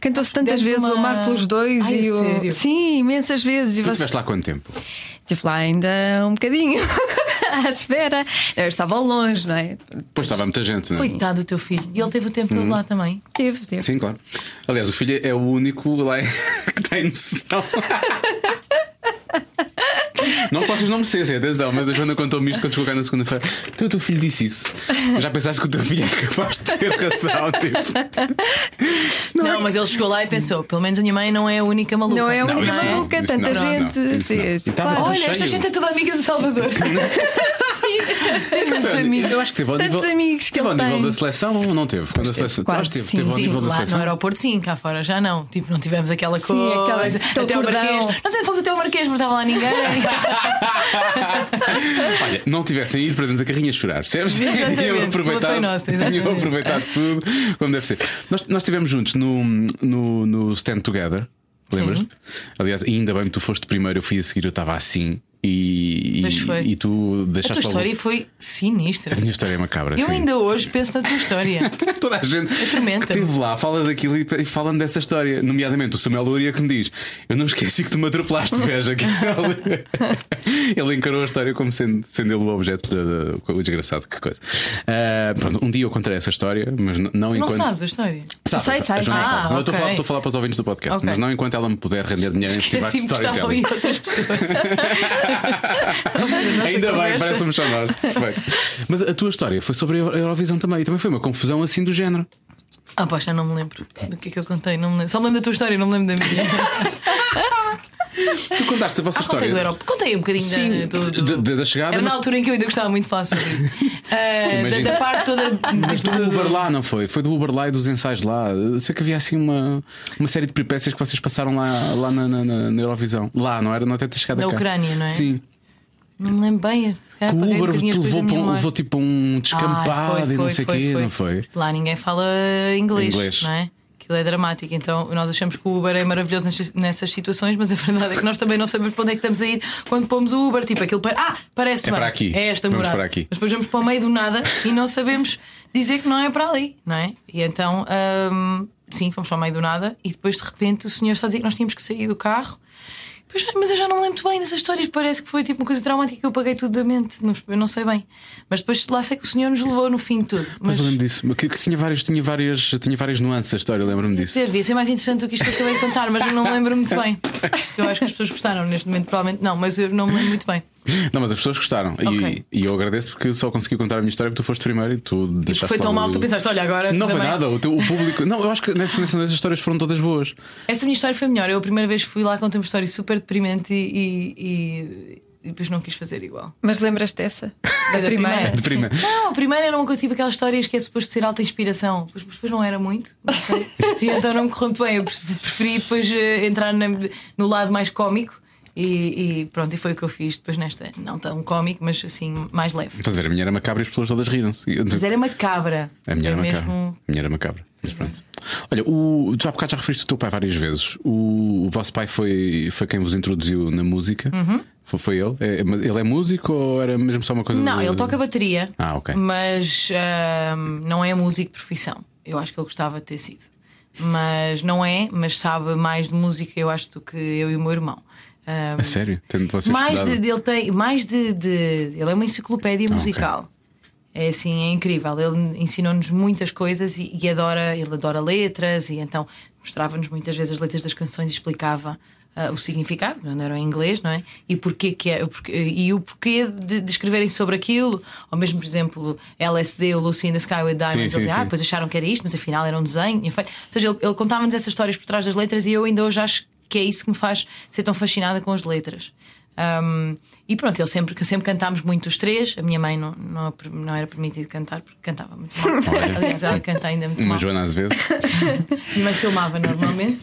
cantou-se tantas Demos vezes o uma- Amar pelos dois Ai, e a o. sério? Sim, imensas vezes. E Tu vocês- estiveste lá quanto tempo? Estive lá ainda um bocadinho à espera. Eu estava longe, não é? Pois estava muita gente, não é? Coitado do teu filho. E ele teve o tempo Hum. todo lá também. Teve, teve. Sim, claro. Aliás, o filho é o único lá em- que tem noção. Não que vocês não merecessem, atenção, mas a Joana contou-me isto quando chegou cá na segunda-feira. Então o teu filho disse isso. Já pensaste que o teu filho é capaz de ter razão? Tipo, Não, mas ele chegou lá e pensou: pelo menos a minha mãe não é a única maluca. Não é a Não, única isso não, maluca, isso tanta não, isso não, gente. isso não. fez. E estava Claro. Olha, Cheio. esta gente é toda amiga do Salvador. Tantos amigos. eu acho que teve ao Tantos nível, amigos que teve ao ele nível tem. da seleção ou não teve? Quando a teve, seleção, quase, acho que teve, sim, teve ao sim, nível da lá no seleção. aeroporto, sim, cá fora já não. Tipo, não tivemos aquela Sim, aquela- coisa. aquele até o cordão. Marquês. Nós ainda fomos até o Marquês, mas não estava lá ninguém. Olha, não tivessem ido para dentro da carrinha chorar, percebes? Exatamente. Tinham Culpa aproveitado, foi nossa, exatamente. tinham aproveitado tudo como deve ser. Nós, nós estivemos juntos no, no, no Stand Together, lembras-te? Aliás, ainda bem que tu foste primeiro, eu fui a seguir, eu estava assim e, Pois foi. e, e tu a deixaste tua história logo- foi sinistra. A minha história é macabra. Eu sim. ainda hoje penso na tua história. Toda a gente Atormenta-me. que esteve lá fala daquilo e e fala-me dessa história. Nomeadamente o Samuel Luria que me diz: Eu não esqueci que tu me atropelaste, veja. que ele- ele encarou a história como sendo, sendo ele o objeto da- da- o desgraçado. Que coisa. Ah, pronto, um dia eu contarei essa história, mas n- não Não enquanto. sabes a história. Sabe, Sei, a sei. Joana Ah, sabe. Não, eu estou a falar- ok. estou a falar para os ouvintes do podcast, Ok. mas não enquanto ela me puder render dinheiro em festival de Esqueci-me que é estavam aí storytelling. outras pessoas. Ainda bem, um conversa. parece-me chamar. Perfeito. Mas a tua história foi sobre a Euro- a Eurovisão também, e também foi uma confusão assim do género. Ah, pá, já não me lembro do que é que eu contei. Não me lembro. Só me lembro da tua história, não me lembro da minha. Tu contaste a vossa Ah, contei história. do Europa. Contei um bocadinho da- Sim, do- do- da- da- da chegada, Era mas- na altura em que eu ainda gostava muito de falar sobre isso. Ah, da, imagino. da parte toda. Mas tá do Uber lá, não foi? Foi do Uber lá e dos ensaios lá. Eu Sei que havia assim uma, uma série de peripécias que vocês passaram lá, lá na, na, na- na Eurovisão. Lá, não era? Não até ter chegado Na cá. Ucrânia, não é? Sim. Não me lembro bem. se calhar o apaguei um Uber bocadinho as te coisas levou, para da minha um, memória. levou tipo um descampado Ah, foi, e não foi, sei o foi, quê, foi. não foi? Lá ninguém fala inglês, Inglês. não é? Aquilo é dramático. Então nós achamos que o Uber é maravilhoso nestas- nessas situações, mas a verdade é que nós também não sabemos para onde é que estamos a ir quando pomos o Uber. Tipo, aquilo para. Ah, parece É bem. para aqui. É esta Vamos morada. para aqui. Mas depois vamos para o meio do nada e não sabemos dizer que não é para ali, não é? E então. hum, Sim, fomos ao meio do nada e depois de repente o senhor só dizia que nós tínhamos que sair do carro. Pois, ai, mas eu já não me lembro muito bem dessas histórias, parece que foi tipo uma coisa traumática que eu paguei tudo da mente, não- eu não sei bem. Mas depois lá sei que o senhor nos levou no fim de tudo. Mas Mas eu lembro disso. Que, que tinha, vários, tinha, várias, tinha várias nuances a história, lembro-me disso. devia ser mais interessante do que isto que eu acabei de contar, mas eu não me lembro muito bem. Eu acho que as pessoas gostaram neste momento, provavelmente não, mas eu não me lembro muito bem. Não, mas as pessoas gostaram. E- Ok. E, eu agradeço porque só consegui contar a minha história porque tu foste primeiro e tu deixaste. Foi tão logo- mal que tu pensaste, olha, agora. Não foi também- nada, o, teu, o público. Não, eu acho que nessa, nessa, nessas histórias foram todas boas. Essa minha história foi melhor. Eu a primeira vez fui lá, contei uma história super deprimente e, e- e depois não quis fazer igual. Mas lembras-te dessa? Da Da primeira? primeira. De prima. Não, a primeira era uma coisa tipo aquelas histórias que é suposto ser alta inspiração, mas depois não era muito. não sei. e então não me correu muito bem. Eu preferi depois eh, entrar na- no lado mais cómico. E, e pronto, e foi o que eu fiz depois nesta, não tão cómico, mas assim, mais leve. Estás a ver? A minha era macabra e as pessoas todas riram-se. E eu- Mas era macabra. A minha É era Foi macabra. mesmo- A minha era macabra. Mas pronto. Olha, o, tu há bocado já referiste o teu pai várias vezes. O, o vosso pai foi, foi quem vos introduziu na música? Uhum. Foi, foi ele? É, mas ele é músico ou era mesmo só uma coisa Não, de- ele toca bateria, Ah, ok. mas ahm, não é músico de profissão. Eu acho que ele gostava de ter sido. Mas não é, mas sabe mais de música, eu acho, do que eu e o meu irmão. Ahm, A É sério? Tendo vocês mais estudado? de, de- ele tem mais de, de- ele é uma Ah, enciclopédia musical é assim é incrível ele ensinou-nos muitas coisas e, e adora ele adora letras e então mostrava-nos muitas vezes as letras das canções e explicava ah, o significado quando eram em inglês não é e porquê que é o porquê- e o porquê de, de escreverem sobre aquilo ou mesmo por exemplo LSD ou Lucy in the Sky with Diamonds sim, ele dizia, sim. ah, depois acharam que era isto mas afinal era um desenho tinha feito." ou seja ele, ele contava-nos essas histórias por trás das letras e eu ainda hoje acho que é isso que me faz ser tão fascinada com as letras um, e pronto, ele sempre, sempre cantámos muito os três. A minha mãe não, não, não era permitido cantar porque cantava muito mal. Olha. Aliás, ela canta ainda muito Uma mal. Joana às vezes. Minha mãe filmava normalmente.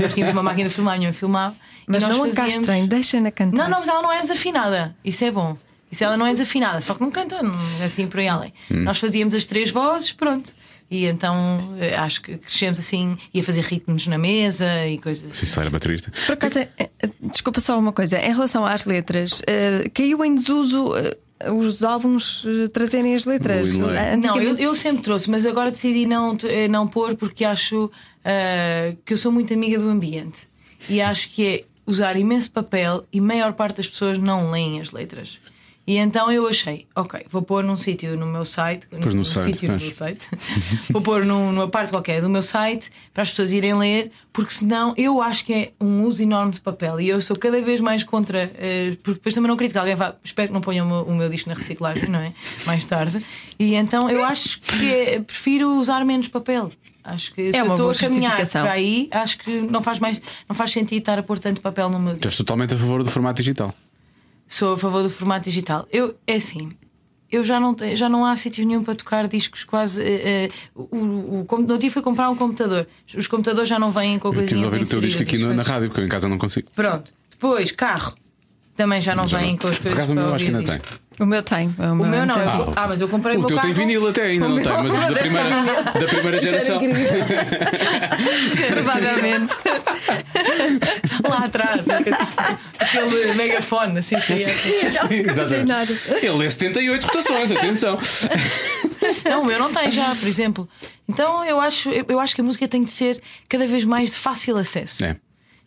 Nós tínhamos uma máquina de filmar, minha mãe filmava. E Mas nós não a fazíamos- castrem, deixa-na cantar. Não, não, mas ela não é desafinada. Isso é bom. Isso ela não é desafinada, só que não canta não é assim por aí além. Hum. Nós fazíamos as três vozes, pronto. E então eh, acho que crescemos assim, ia fazer ritmos na mesa e coisas assim. Se isso era baterista. Por acaso, eh, eh, desculpa só uma coisa, em relação às letras, eh, caiu em desuso eh, os álbuns eh, trazerem as letras. Eh, Boa ideia. Não, eu, Antigamente- eu sempre trouxe, mas agora decidi não, eh, não pôr porque acho ah, que eu sou muito amiga do ambiente e acho que é usar imenso papel e maior parte das pessoas não leem as letras. E então eu achei, ok, vou pôr num sítio no meu site, Pôs no num site, sítio no pois. meu site, vou pôr num- numa parte qualquer do meu site para as pessoas irem ler, porque senão eu acho que é um uso enorme de papel e eu sou cada vez mais contra, eh, porque depois também não acredito que alguém vá, espero que não ponham o meu, o meu disco na reciclagem, não é? Mais tarde. E então eu acho que é- prefiro usar menos papel. Acho que se É uma eu boa estou a caminhar justificação. para aí, acho que não faz mais, não faz sentido estar a pôr tanto papel no meu disco Tu és totalmente a favor do formato digital. sou a favor do formato digital. Eu, é assim. Eu já não, te- já não há sítio nenhum para tocar discos quase. eh, eh, o, o, o, no dia fui comprar um computador. Os computadores já não vêm com a Eu coisinha. estive a que ouvir vem o teu inserida, disco aqui das na, na coisas. rádio, porque eu em casa não consigo. Pronto. Depois, carro. Também já não Já vêm não. com as Por coisas. acaso o para meu acho que ouvir ainda tem. disco. O meu é um tem. O, O meu não. tem. eu- Ah, mas eu comprei o O meu teu tem carro. vinil até ainda, não tem, mas o da primeira, da primeira Isso era geração. incrível. Provavelmente. Lá atrás, é aquele megafone, assim, que ia- Sim, sei nada. Ele é 78 rotações, atenção. Não, o meu não tem já, por exemplo. Então eu acho, eu, eu acho que a música tem de ser cada vez mais de fácil acesso. É.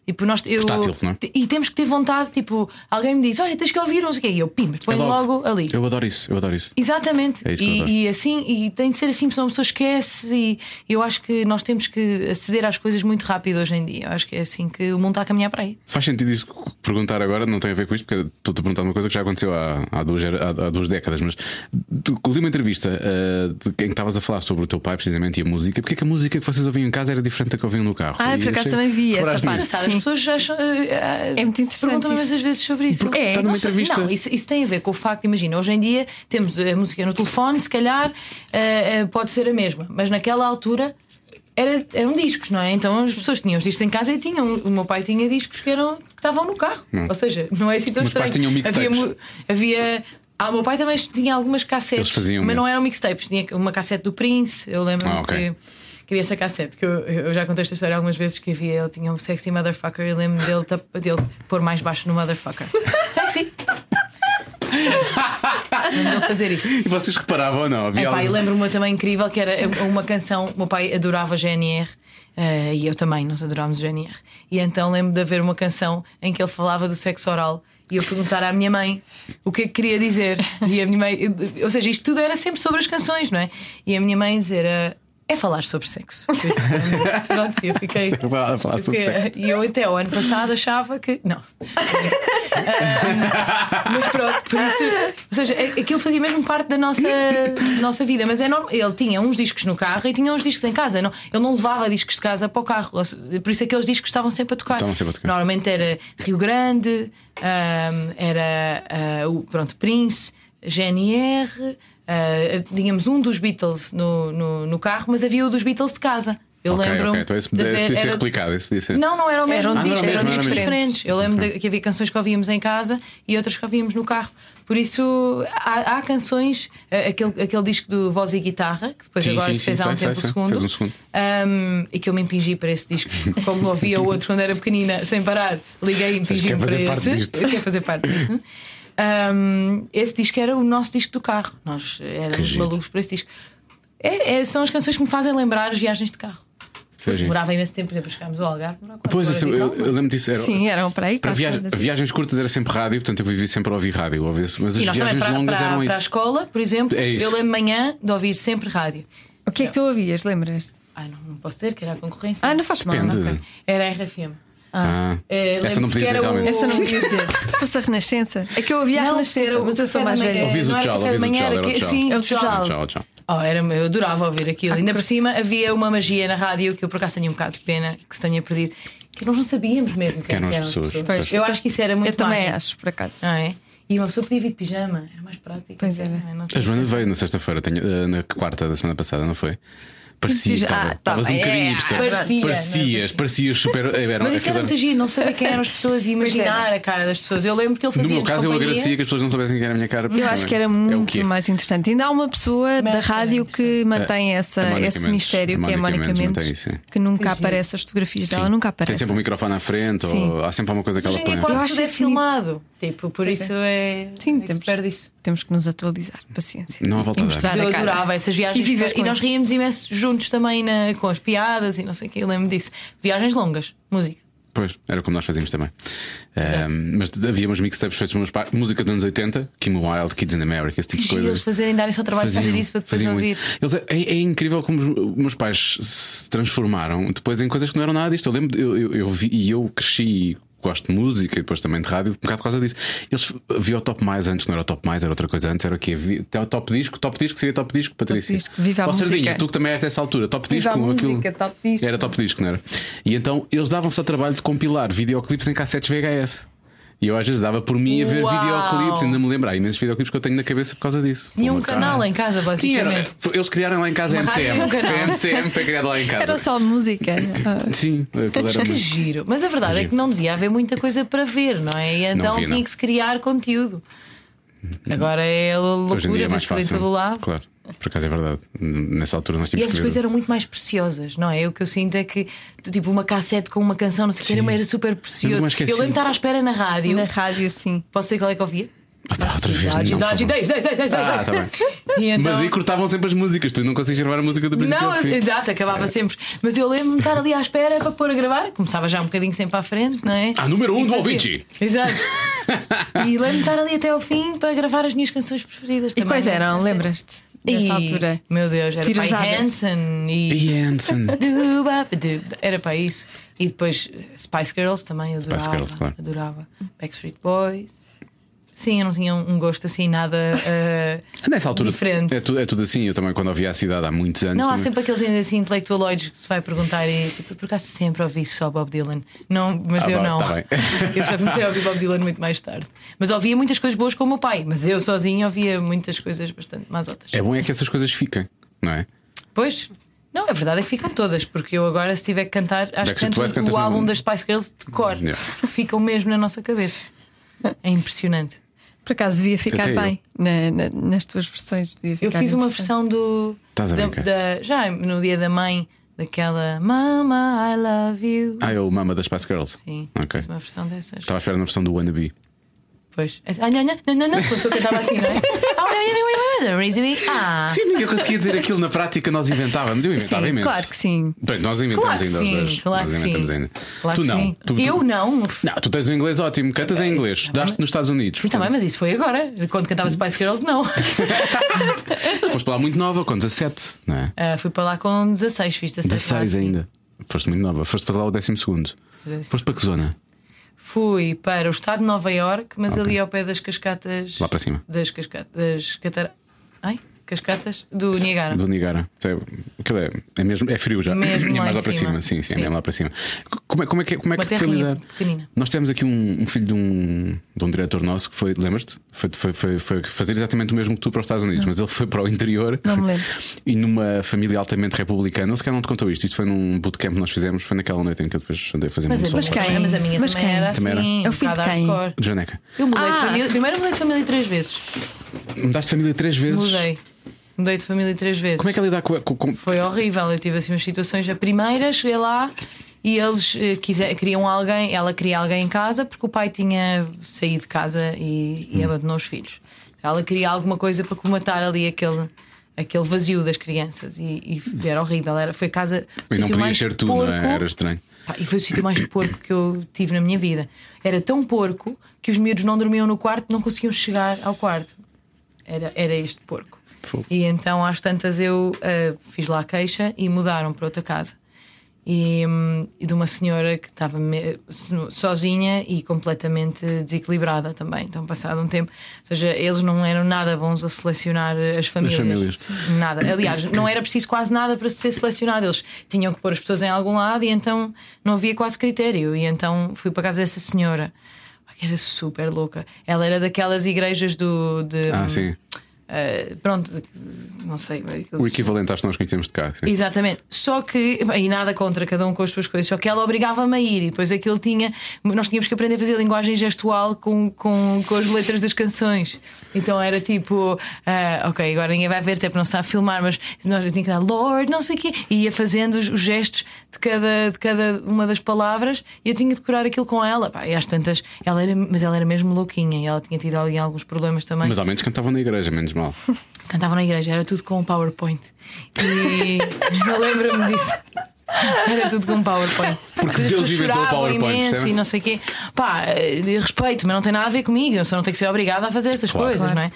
Tipo, nós, eu, Portátil, não é? te- E temos que ter vontade, tipo, alguém me diz, olha, tens que ouvir, não sei o quê, e eu pim, põe logo. ali. É Eu adoro isso, eu adoro isso. Exatamente. É isso que eu adoro. e, e assim, e tem de ser assim, senão a pessoa esquece. E eu acho que nós temos que aceder às coisas muito rápido hoje em dia. Eu acho que é assim que o mundo está a caminhar para aí. Faz sentido isso que perguntar agora, não tem a ver com isto, porque estou-te a perguntar uma coisa que já aconteceu há, há, duas, gera- há, há duas décadas, mas tu li uma entrevista ah, de quem estavas a falar sobre o teu pai precisamente e a música, porque é que a música que vocês ouviam em casa era diferente da que ouviam no carro? Ah, E por acaso achei- também vi essa reparaste parte. nisso? Sabe, as Sim. pessoas acham. eh, É muito interessante Perguntam-me isso. muitas vezes sobre isso. Porque está não, numa sei- entrevista. não, isso, isso tem a ver com o facto, imagina, hoje em dia temos a música no telefone, se calhar eh, eh, pode ser a mesma, mas naquela altura. Era, eram discos, não é? Então as pessoas tinham os discos em casa e tinham. O meu pai tinha discos que, eram, que estavam no carro. Ou seja, não é assim tão Hum. Meus pais estranho. tinham havia, mixtapes. mu- havia. Ah, o meu pai também tinha algumas cassetes. Eles faziam mas não isso. eram mixtapes. Tinha uma cassete do Prince, eu lembro-me Ah, ok. que queria essa cassete, que eu, eu já contei esta história algumas vezes que havia, ele tinha um sexy motherfucker e lembro-me dele, tap- dele pôr mais baixo no motherfucker. Sexy! lembro dele fazer isto. E vocês reparavam ou não? Havia Epá, algo- e lembro-me também incrível que era uma canção, o meu pai adorava GNR. eh, e eu também, nós adorámos o GNR. E então lembro de haver uma canção em que ele falava do sexo oral e eu perguntar à minha mãe o que é que queria dizer. E a minha mãe, ou seja, isto tudo era sempre sobre as canções, não é? E a minha mãe dizer. "Ah, é falar sobre sexo. Eu disse, Pronto, e eu fiquei. Sim, falar sobre Porque- sexo. E eu até o ano passado achava que. Não. Ah, mas pronto, por isso. Ou seja, a- aquilo fazia mesmo parte da nossa, nossa vida. Mas é normal. Ele tinha uns discos no carro e tinha uns discos em casa. Não, ele não levava discos de casa para o carro. Ou se- Por isso é aqueles discos estavam sempre a tocar. Estavam sempre a tocar. Normalmente era Rio Grande, ahm, era ah, o pronto, Prince, GNR. ah, tínhamos um dos Beatles no, no, no carro, mas havia o dos Beatles de casa. Eu Ok, lembro. ok. Então esse podia, de esse ver- podia ser era- replicado. Esse podia ser. Não, não eram o mesmo Eram discos, discos, eram eram discos mesmo. um diferentes. Eu lembro de- que havia canções que ouvíamos em casa e outras que ouvíamos no carro. Por isso, há, há canções, eh, aquele, aquele disco do Voz e Guitarra, que depois Sim, agora sim, se fez sim, há um sei, tempo sei, o sei. segundo, Fez um segundo. Ahm, e que eu me impingi para esse disco, como ouvia o outro quando era pequenina, sem parar, liguei e impingi quer para fazer parte esse. disto. Eu quero fazer parte disto. Ahm, esse disco era o nosso disco do carro. Nós éramos giro. malucos por esse disco. É- é- são as canções que me fazem lembrar as viagens de carro. Foi giro. Demorava imenso tempo, por exemplo, chegámos ao Algarve. demorava quatro Pois, horas assim, e eu, tal. eu lembro disso. Era, Sim, eram para aí. Para quatro viagens, horas assim. e- viagens curtas era sempre rádio, portanto eu vivi sempre a ouvir rádio, a ouvir, mas as E nós também viagens para, longas para, eram para a isso. escola, por exemplo, É isso. eu lembro manhã de ouvir sempre rádio. O que é que tu ouvias? Lembras? Ai, não, não posso ter, que era a concorrência. Ah, não faz mal. Depende. não. Ok. Era a RFM. Ah, Eh, essa não lembro-me que podia dizer era realmente. o- Essa não me dias dizer. Se fosse a Renascença. É que eu ouvia a Não, Renascença, era o mas eu sou café mais da manhã. velha. Ouvis o não era tchau, café da ouvis o manhã, tchau, era era o que- tchau. sim, É o o tchau. tchau. Tchau, tchau. Oh, era, eu adorava ouvir aquilo. Ainda por cima havia uma magia na rádio que eu por acaso tenho um bocado de pena que se tenha perdido. Que nós não sabíamos mesmo quem eram as pessoas. Pois. então Eu acho que isso era muito Eu também mágico, acho, por acaso. Não é? E uma pessoa podia vir de pijama, era mais prático. Pois era. Não é? Não A sei. Joana veio na sexta-feira, tenho- eh, na quarta da semana passada, não foi? Parecia, Fiz- estava- Ah, tá estavas um bem, bocadinho é, hipster. parecia, não é? Parecias, parecias super. eh, eram- Mas isso era aquilo- muito giro, não saber quem eram as pessoas e imaginar a cara das pessoas. Eu lembro que ele fazia. é. No meu caso, eu agradecia que as pessoas não soubessem que era a minha cara. porque Eu acho também que era é o muito que é. mais interessante. Ainda há uma pessoa da Mónica rádio Mendes, que mantém A- essa, a Mónica esse Mendes. mistério, A que é a Mónica Mónica Mendes Mendes, É mantém isso, que nunca aparece as fotografias dela, Sim. nunca Tem aparece. sempre um microfone à frente, Sim. ou há sempre alguma coisa que Hoje ela em dia põe. Eu quase acho tudo é isso bonito. filmado. Tipo, por isso é. Sim, é que se temos- perde isso. Temos que nos atualizar, paciência. Não há volta e a dar. mostrar Eu a cara. adorava essas viagens. E viver e com nós isso. ríamos imenso juntos também na- com as piadas e não sei o que. Eu lembro disso. Viagens longas, música. Pois, era como nós fazíamos também. Ahm, mas havia umas mixtapes feitos meus pais, música dos anos 80, Kim Wilde, Kids in America, esse tipo de Que coisa. eles fazerem, darem só trabalho de fazer Faziam- isso para depois faziam ouvir. muito. Eles- é, é incrível como os, os meus pais se transformaram depois em coisas que não eram nada disto. Eu lembro, de- eu, eu, eu vi e eu cresci. Gosto de música e depois também de rádio, um bocado por causa disso. Eles viam o top mais antes, não era o top mais, era outra coisa antes, era o quê? Vi- Até o top disco, top disco seria top disco, Patrícia. disco, viva a Ó, música. Sardinha, tu que também és dessa altura, top Viva disco, a aquilo. música, top disco. Era top disco, não era? E então eles davam-se ao trabalho de compilar videoclipes em cassetes VHS. E eu às vezes dava por mim a ver Uau! videoclipes, ainda me lembro, há imensos videoclipes que eu tenho na cabeça por causa disso. Tinha um Uma cara- canal em casa, Sim, era- basicamente. foi- eles criaram lá em casa a Uma rádio e um MCM. canal. Foi a MCM foi criada lá em casa. Era só música. Ah, Sim, aquilo era Então, Que é muito. giro. Mas a verdade é que não devia haver muita coisa para ver, não é? E então havia, tinha não. Uhum. que se criar conteúdo. Agora é a Hoje em dia loucura, é mais vê-se tudo em fácil. todo lado. Claro, por acaso é verdade. Nessa altura nós E tínhamos essas que coisas ver- eram muito mais preciosas, não é? O que eu sinto é que, tu, tipo, uma cassete com uma canção, não sei o que, era, era super precioso. Nunca Eu mais esqueci. lembro de estar à espera na rádio. na rádio, sim. Posso dizer qual é que eu ouvia? Ah, pá, outra vez. Idade, não, por idade, favor. 10, 10, 10, 10. Ah, tá bem. E assim, então... Mas aí cortavam sempre as músicas, tu não consegues gravar a música do princípio Não, ao fim. exato, acabava sempre. Mas eu lembro-me de estar ali à espera para pôr a gravar. Começava já um bocadinho sempre à frente, não é? Ah, número um E do fazia. ouvinte. Exato. e lembro-me de estar ali até ao fim para gravar as minhas canções preferidas E também. quais eram? Não sei. Lembras-te? Dessa E, altura. Meu Deus, era para Pirosadas. Hanson e. E Hanson. Era para isso. E depois Spice Girls também, eu adorava. Girls, claro. Adorava. Backstreet Boys. Sim, eu não tinha um gosto assim nada. eh, Nessa altura Diferente. É, tudo, é tudo assim. Eu também, quando havia a cidade há muitos anos. Não, há também- sempre aqueles ainda assim intelectualoides que se vai perguntar e tipo, por acaso sempre ouvi só Bob Dylan? Não, mas Ah, eu bom, não. tá bem. eu só comecei a ouvir Bob Dylan muito mais tarde. Mas ouvia muitas coisas boas com o meu pai, mas eu sozinha ouvia muitas coisas bastante mais outras. É bom é que essas coisas fiquem, não é? Pois, não, a verdade é que ficam todas, porque eu agora, se tiver que cantar, acho que Backstreet canto Boys, cantas o no- álbum das Spice Girls de cor, assim? Yeah. porque ficam mesmo na nossa cabeça. É impressionante. Por acaso devia ficar Até eu. bem na- na- nas tuas versões. Devia Eu ficar fiz uma interessante. versão do. Estás a da- brincar? da- já no dia da mãe, daquela Mama, I love you. Ah, é o Mama das Spice Girls. Sim, Ok. Tá. fiz uma versão dessas. Estava à espera da versão do Wannabe. Pois. Ah, não, não, não, não, não. Começou a cantar assim, não é? Ah, não, não, não, não, Ah. Sim, ninguém conseguia dizer aquilo na prática, nós inventávamos. Eu inventava Sim, imenso. claro que sim. Bem, nós inventamos Claro que ainda. sim, os dois. claro nós que inventamos sim. ainda. Claro tu que não. sim. Tu, tu- Eu não. Não, tu tens um inglês ótimo, cantas em inglês, estudaste nos Estados Unidos. Sim, também, mas isso foi agora. Quando cantava Spice Girls, não. Foste para lá muito nova, com 17, não é? Ah, fui para lá com 16, fiz 16. 16 lá, sim. ainda. Foste muito nova, foste para lá o 12. décimo. Foste para que zona? Fui para o estado de Nova Iorque, mas ali ao pé das cascatas. Lá para cima. Das cascatas. Das catara... Ai, cascatas do Niagara. Do Nigara. Então, Aquilo é, é mesmo, é frio já. Mesmo é mais lá em lá para cima. cima. Sim, sim, é Sim. mesmo lá para cima. C- Como é, como é que, como é Uma que foi terrinha lidar? pequenina. Nós temos aqui um, um filho de um, de um diretor nosso que foi, lembras-te? Foi, foi, foi, foi fazer exatamente o mesmo que tu para os Estados Unidos, mas ele foi para o interior Não me lembro. e numa família altamente republicana. Ele sequer não te contou isto. Isto foi num bootcamp que nós fizemos, foi naquela noite em que eu depois andei a fazer Mas, é, muito mas, sol. quem? mas a minha é, Mas também quem? era Também era? assim. Eu fui um de bocado quem? hardcore. Janeca, Eu mudei de Ah. família. Primeiro mudei de família três vezes. mudaste de família três vezes. Mudei. Mudei de família três vezes. Como é que ela lidar com. a- com- com- Foi horrível. Eu tive assim umas situações. A primeira, cheguei lá e eles eh, quiser, queriam alguém, ela queria alguém em casa porque o pai tinha saído de casa e, Hum. e abandonou os filhos. Ela queria alguma coisa para colmatar ali aquele. Aquele vazio das crianças e, e era horrível. Era, foi a casa. o E não sítio podias mais ser tu, não porco. é? Era estranho. Pá, e foi o sítio mais porco que eu tive na minha vida. Era tão porco que os miúdos não dormiam no quarto, não conseguiam chegar ao quarto. Era, era este porco. Fogo. E então, às tantas, eu ah, fiz lá a queixa e mudaram para outra casa. E, hum, e de uma senhora que estava me- so- sozinha e completamente desequilibrada também. Então, passado um tempo, ou seja, eles não eram nada bons a selecionar as famílias. famílias. Nada. Aliás, não era preciso quase nada para ser selecionado. Eles tinham que pôr as pessoas em algum lado e então não havia quase critério. E então fui para casa dessa senhora, pá, que era super louca. Ela era daquelas igrejas do. de- Ah, sim. eh, pronto, não sei. aqueles- O equivalente às que nós conhecemos de cá. sim. Exatamente. Só que, e nada contra cada um com as suas coisas, só que ela obrigava-me a ir e depois aquilo tinha. Nós tínhamos que aprender a fazer linguagem gestual com, com, com as letras das canções. Então era tipo, ah, ok, agora ninguém vai ver, até porque não se sabe filmar, mas nós eu tinha que dar Lord, não sei o quê, e ia fazendo os, os gestos de cada, de cada uma das palavras e eu tinha que decorar aquilo com ela. Pá, e às tantas, ela era, mas ela era mesmo louquinha e ela tinha tido ali alguns problemas também. Mas ao menos cantavam na igreja, menos mal. Cantavam na igreja, era tudo com um PowerPoint. E eu lembro-me disso. Era tudo com PowerPoint. Porque Deus inventou o PowerPoint, imenso percebe? e não sei o quê. Pá, eh, respeito, mas não tem nada a ver comigo. Eu só não tenho que ser obrigada a fazer essas Claro. coisas, Claro. não é?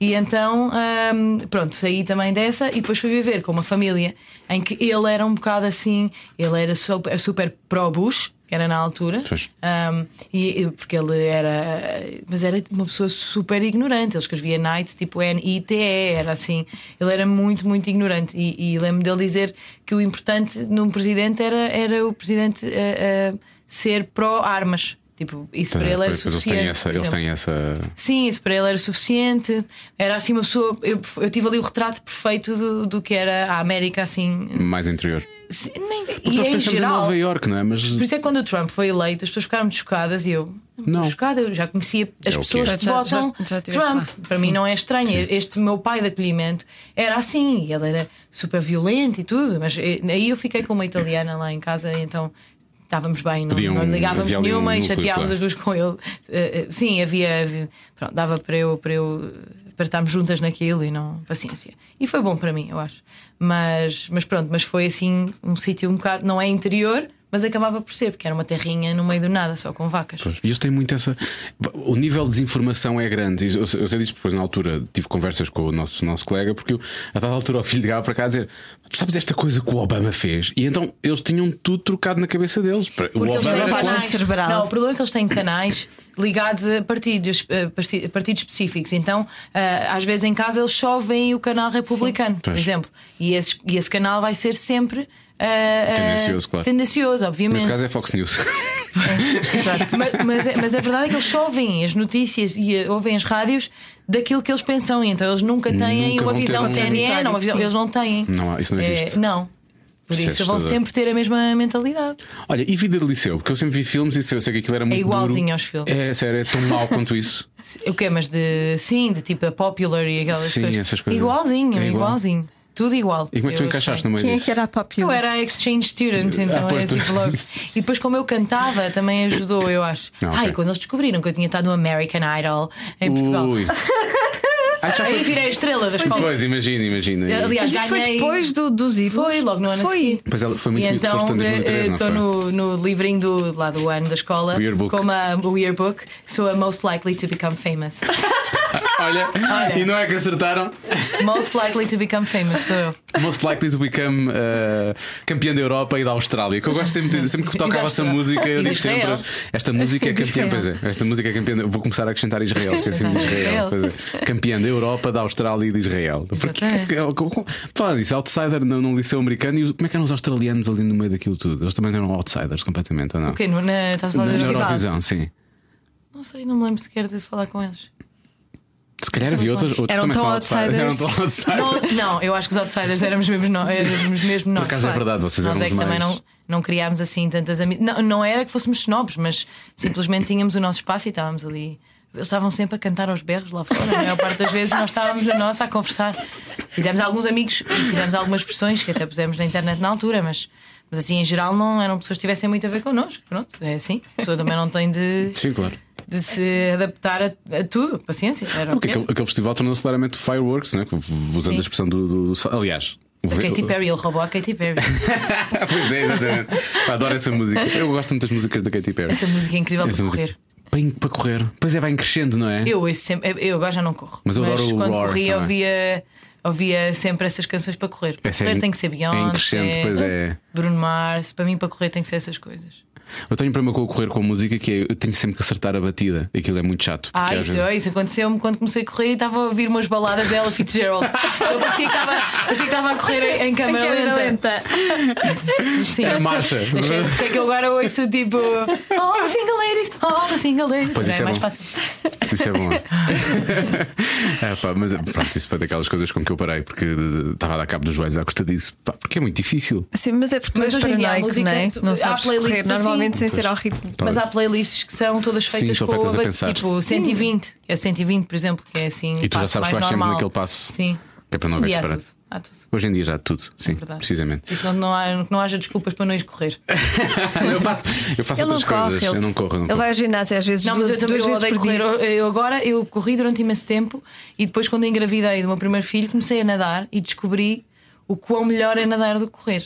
E então, hum, pronto, saí também dessa e depois fui viver com uma família em que ele era um bocado assim, ele era super, super pró-Bush, que era na altura. Pois. Um, e, e- porque ele era. Mas era uma pessoa super ignorante. Ele escrevia Night, tipo N-I-T-E, era assim. Ele era muito, muito ignorante. E, e lembro dele dizer que o importante num presidente era, era o presidente eh, eh, ser pró-armas. Tipo, isso para ele era Pois, pois eles têm suficiente. essa. por Eles exemplo. têm essa... Sim, isso para ele era suficiente. Era assim uma pessoa. Eu, eu tive ali o retrato perfeito do, do que era a América, assim. mais interior. se- nem- Porque e nós em pensamos geral, em Nova Iorque, não é? Mas por isso é que quando o Trump foi eleito, as pessoas ficaram muito chocadas e eu. Não. Não. Chocada, eu já conhecia as É o que pessoas é. que Já- já- votam já estiveste Trump. lá. Para mim não é estranho. Este meu pai de acolhimento era assim, e ele era super violento e tudo, mas eh, aí eu fiquei com uma italiana lá em casa, então estávamos bem, não, Podiam- não ligávamos havia ali um nenhuma e núcleo, chateávamos claro. as duas com ele. Eh, eh, sim, havia. havia- pronto, dava para eu. Para eu para estarmos juntas naquilo e não. paciência. E foi bom para mim, eu acho. Mas, mas pronto, mas foi assim um sítio um bocado. não é interior, mas acabava por ser, porque era uma terrinha no meio do nada, só com vacas. Pois, E eles têm muito essa. O nível de desinformação é grande. Eu, eu sei disso porque depois, na altura, tive conversas com o nosso, nosso colega, porque eu, a dada altura, o filho ligava para cá a dizer: Tu sabes esta coisa que o Obama fez? E então eles tinham tudo trocado na cabeça deles. o Porque eles Obama têm lavagem canais. cerebral. Não, o problema é que eles têm canais ligados a partidos, a parti- a partidos específicos. Então, ah, às vezes em casa eles só veem o canal republicano, por Pois. exemplo. E esse, e esse canal vai ser sempre. ah, ah, Tendencioso, claro. Tendencioso, Neste obviamente. caso é Fox News. mas, mas, é- mas a verdade é que eles só ouvem as notícias e eh, ouvem as rádios daquilo que eles pensam, então eles nunca têm Nunca uma vão ter visão um- CNN, uma visão, Sim. eles não têm. Não há- isso não Eh, existe. não. Por Isso é isso vão assustador. sempre ter a mesma mentalidade. Olha, e vida de liceu? Porque eu sempre vi filmes e eu sei que aquilo era muito. É igualzinho duro. aos filmes. É sério, é tão mau quanto isso. O quê? Mas de. Sim, de tipo da popular e aquelas Sim, coisas. essas coisas. Igualzinho, É igual. igualzinho. Tudo igual. E como é que tu Eu encaixaste achei. no meio Quem é disso? que era a Eu Papiola? era exchange student, então pois, era tu- tipo logo. E depois, como eu cantava, também ajudou, eu acho. Ah, ok. Ai, quando eles descobriram que eu tinha estado no American Idol em Portugal, Ui. Ah, já aí foi... virei a estrela da escola. Pois, imagina, imagina. Aliás, Mas isso foi ganhei- depois do, dos ídolos? Foi, logo no ano a Foi. é seguir. Pois ela foi muito e bonito, então foste em eh, 2013, eh, não tô foi? no, no livrinho do, lá do ano da escola O yearbook. com a, o yearbook Sou a most likely to become famous Olha, Olha. e não é que acertaram? Most likely to become famous sou eu Most likely to become uh, campeã da Europa e da Austrália. Que eu gosto sempre, de- sempre que E tocava da essa Austrália. música, eu E de digo sempre: Israel. esta música é De campeã. Pois é, Israel. esta música é campeã. Vou começar a acrescentar Israel, esqueci-me de Israel. Israel. Pois é. Campeã da Europa, da Austrália e de Israel. Porque, Exatamente. é o que- como- falando disso, outsider no, no liceu americano e os- como é que eram os australianos ali no meio daquilo tudo? Eles também eram outsiders completamente, ou não? Ok, no- na, estás a Na, falar na do festival? Eurovisão, sim. Não sei, não me lembro sequer de falar com eles Se calhar havia outras, outros Eram também tão são outsiders. Eram outsiders. tão outsiders. não, não, eu acho que os outsiders éramos mesmo nós, éramos mesmo nós. Por acaso é verdade, vocês Nós eram é que os também mais- não, não criámos assim tantas amizades. Não, não era que fôssemos snobs, mas simplesmente tínhamos o nosso espaço e estávamos ali. Eles estavam sempre a cantar aos berros lá fora, a maior parte das vezes nós estávamos na nossa a conversar. Fizemos alguns amigos e fizemos algumas versões que até pusemos na internet na altura, mas, mas assim em geral não eram pessoas que tivessem muito a ver connosco. Pronto, é assim. A pessoa também não tem de, Sim, claro. de se adaptar a, a tudo. Paciência. Era É o Porque que aquele, era. aquele festival tornou-se claramente fireworks, né? usando Sim. a expressão do. do- do- aliás. o A ve- Katy Perry, ele roubou a Katy Perry. pois é, exatamente. Pá, adoro essa música. Eu gosto muito das músicas da Katy Perry. Essa música é incrível Essa para música- correr. Bem, para correr. Pois é, vai crescendo, não é? Eu ouço sempre, eu- eu agora já não corro. Mas eu adoro o quando roar corria também. ouvia, ouvia sempre essas canções para correr. Para Essa é correr em- tem que ser Beyoncé. é em crescendo, pois é. Bruno Mars, para mim para correr tem que ser essas coisas. Eu tenho um problema com o correr com a música que é eu tenho sempre que acertar a batida. Aquilo é muito chato. Ah, porque às isso, vezes- isso aconteceu-me quando comecei a correr e estava a ouvir umas baladas dela Fitzgerald. Eu parecia que estava, parecia que estava a correr em, em câmera lenta. Sim. É a marcha. Achei, achei que eu agora ouço tipo All the single ladies, all the single ladies. Pois, Não, isso é é mais bom. fácil. Isso é bom. É, pá, mas pronto, isso foi daquelas coisas com que eu parei, porque eh, estava a dar cabo dos joelhos à custa disso. Pá, porque é muito difícil. Sim, mas é porque tu Mas és hoje em dia há paranoico, música, não é? tu- Não há sabes playlists correr normalmente sem assim. ser ao ritmo. Pois. Mas há playlists que são todas feitas são com feitas a abate- pensar. tipo 120, é 120, por exemplo, que é assim. E tu já passo sabes que mais vais sempre normal. naquele passo. Sim. Que é para não haver E há tudo. disparate. Há tudo. Hoje em dia já há tudo, sim, verdade. precisamente. Isso não, não, há, que não haja desculpas para não ir correr. eu faço, eu faço Ele não outras corre. coisas, Ele, eu não corro. eu Não ele corro. vai ao ginásio às vezes Não, duas, mas eu também duas eu vezes odeio por dia. correr. Eu, eu agora eu corri durante imenso tempo e depois, quando engravidei do meu primeiro filho, comecei a nadar e descobri o quão melhor é nadar do que correr.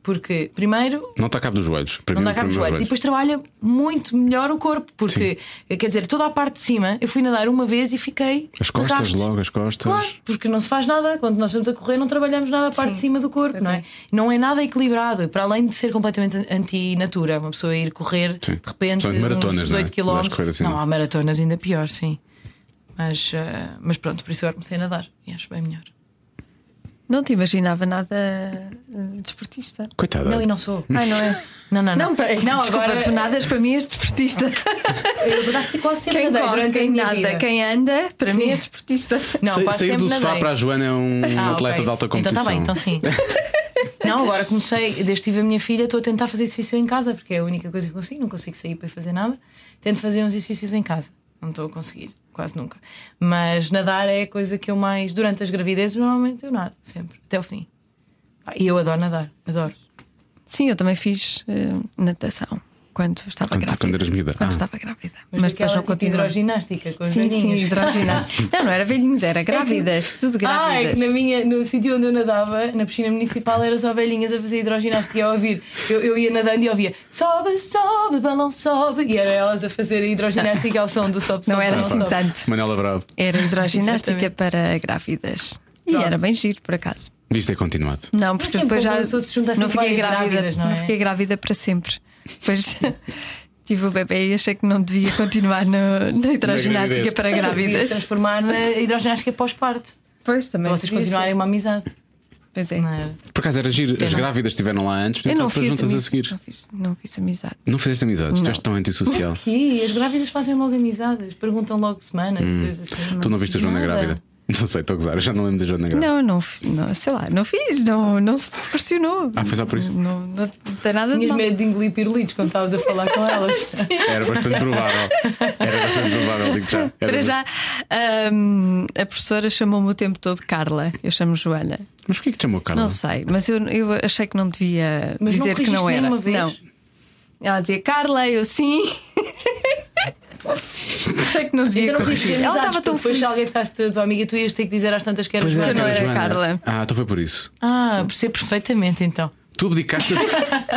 Porque, primeiro, Não está a cabo dos joelhos. Para Não mim, dá cabo para dos mim, joelhos. E depois trabalha muito melhor o corpo, porque, quer dizer, toda a parte de cima, eu fui nadar uma vez e fiquei. As de costas, rastros. logo as costas. Claro, porque não se faz nada. Quando nós vamos a correr, não trabalhamos nada a parte de cima do corpo, não é? Não é nada equilibrado. E Para além de ser completamente anti-natura, uma pessoa ir correr Sim. de repente, São de maratonas, uns 18 não é? Não vais km. correr assim, não, não. há maratonas ainda pior, sim. Mas, eh, mas pronto, por isso agora comecei a nadar e acho bem melhor. Não te imaginava nada eh, desportista. Coitada. Não, e não sou. Ai, não é? Não, não, não. Não, peraí. não desculpa, agora tu nadas para mim és desportista. Eu quase sempre Quem nadei corre, é, durante a quem minha nada, vida. quem anda, para Sim. mim é desportista. Não, Sa- quase sair sempre do sofá nadei. para a Joana é um Ah, atleta ok. de alta competição. Então está bem, então sim. Não, agora comecei, desde que tive a minha filha, estou a tentar fazer exercício em casa, porque é a única coisa que consigo, não consigo sair para fazer nada. Tento fazer uns exercícios em casa, não estou a conseguir, quase nunca. Mas nadar é a coisa que eu mais, durante as gravidezes, normalmente eu nado, sempre, até o fim. Ah, E eu adoro nadar, adoro. Sim, eu também fiz eh, natação quando estava Quando- grávida. quando eras miúda. Quando Ah. estava grávida. Mas, Mas, depois aquela não tipo continuou. hidroginástica com as Sim, sim, velhinhas. hidroginástica. não, não era velhinhos, era grávidas, tudo Ah, é grávidas. que na minha, no sítio onde eu nadava, na piscina municipal, era só velhinhas a fazer hidroginástica e a ouvir. Eu, eu ia nadando e ouvia sobe, sobe, balão sobe. E eram elas a fazer hidroginástica ao som do sobe, sobe, Não era balão assim sobe. tanto. Manela Bravo. Era hidroginástica Exatamente. para grávidas. E Pronto. era bem giro, por acaso. Isto é continuado. Não, porque sempre depois bom já quando as pessoas se juntassem não fiquei várias grávida, grávidas, não não é? fiquei grávida para sempre. Depois tive o bebê e achei que não devia continuar no, na hidroginástica gravidez. para Podia-se grávidas. transformar na hidroginástica pós-parto. Pois também. Para vocês continuarem uma amizade. Pois é. Não era? Por acaso era giro, as Pena. grávidas estiveram lá antes, Eu então não foram fiz, juntas amiz- a seguir. Não, fiz, não fiz amizade. Não fizeste amizades, tu és tão antissocial. Que as grávidas fazem logo amizades, perguntam logo semanas, coisas assim. Hum. tu não viste a Joana Nada. grávida. Não sei, estou a gozar, eu já não lembro da Joana grávida. Não, não, fi- não, sei lá, não fiz, não, não se proporcionou. Ah, foi só por isso? Não, não, não tem nada de Tinhas mal. medo de engolir pirulitos quando estavas a falar com elas. Era bastante provável. Era bastante provável, digo já. Era Para já, ahm, a professora chamou-me o tempo todo Carla. Eu chamo Joana. Mas porquê que te chamou Carla? Não sei, mas eu, eu achei que não devia Mas não dizer que não corrigiste era. nenhuma vez? Não. Ela dizia Carla, eu sim. achei que não devia Então não corrigir. corrigir. Ela estava tão Depois, feliz. se alguém ficasse tua, tua amiga, tu ias ter que dizer às tantas que eras Pois é, Que não era Joana. Carla. Ah, então foi por isso. Ah, percebo perfeitamente então. Tu abdicaste,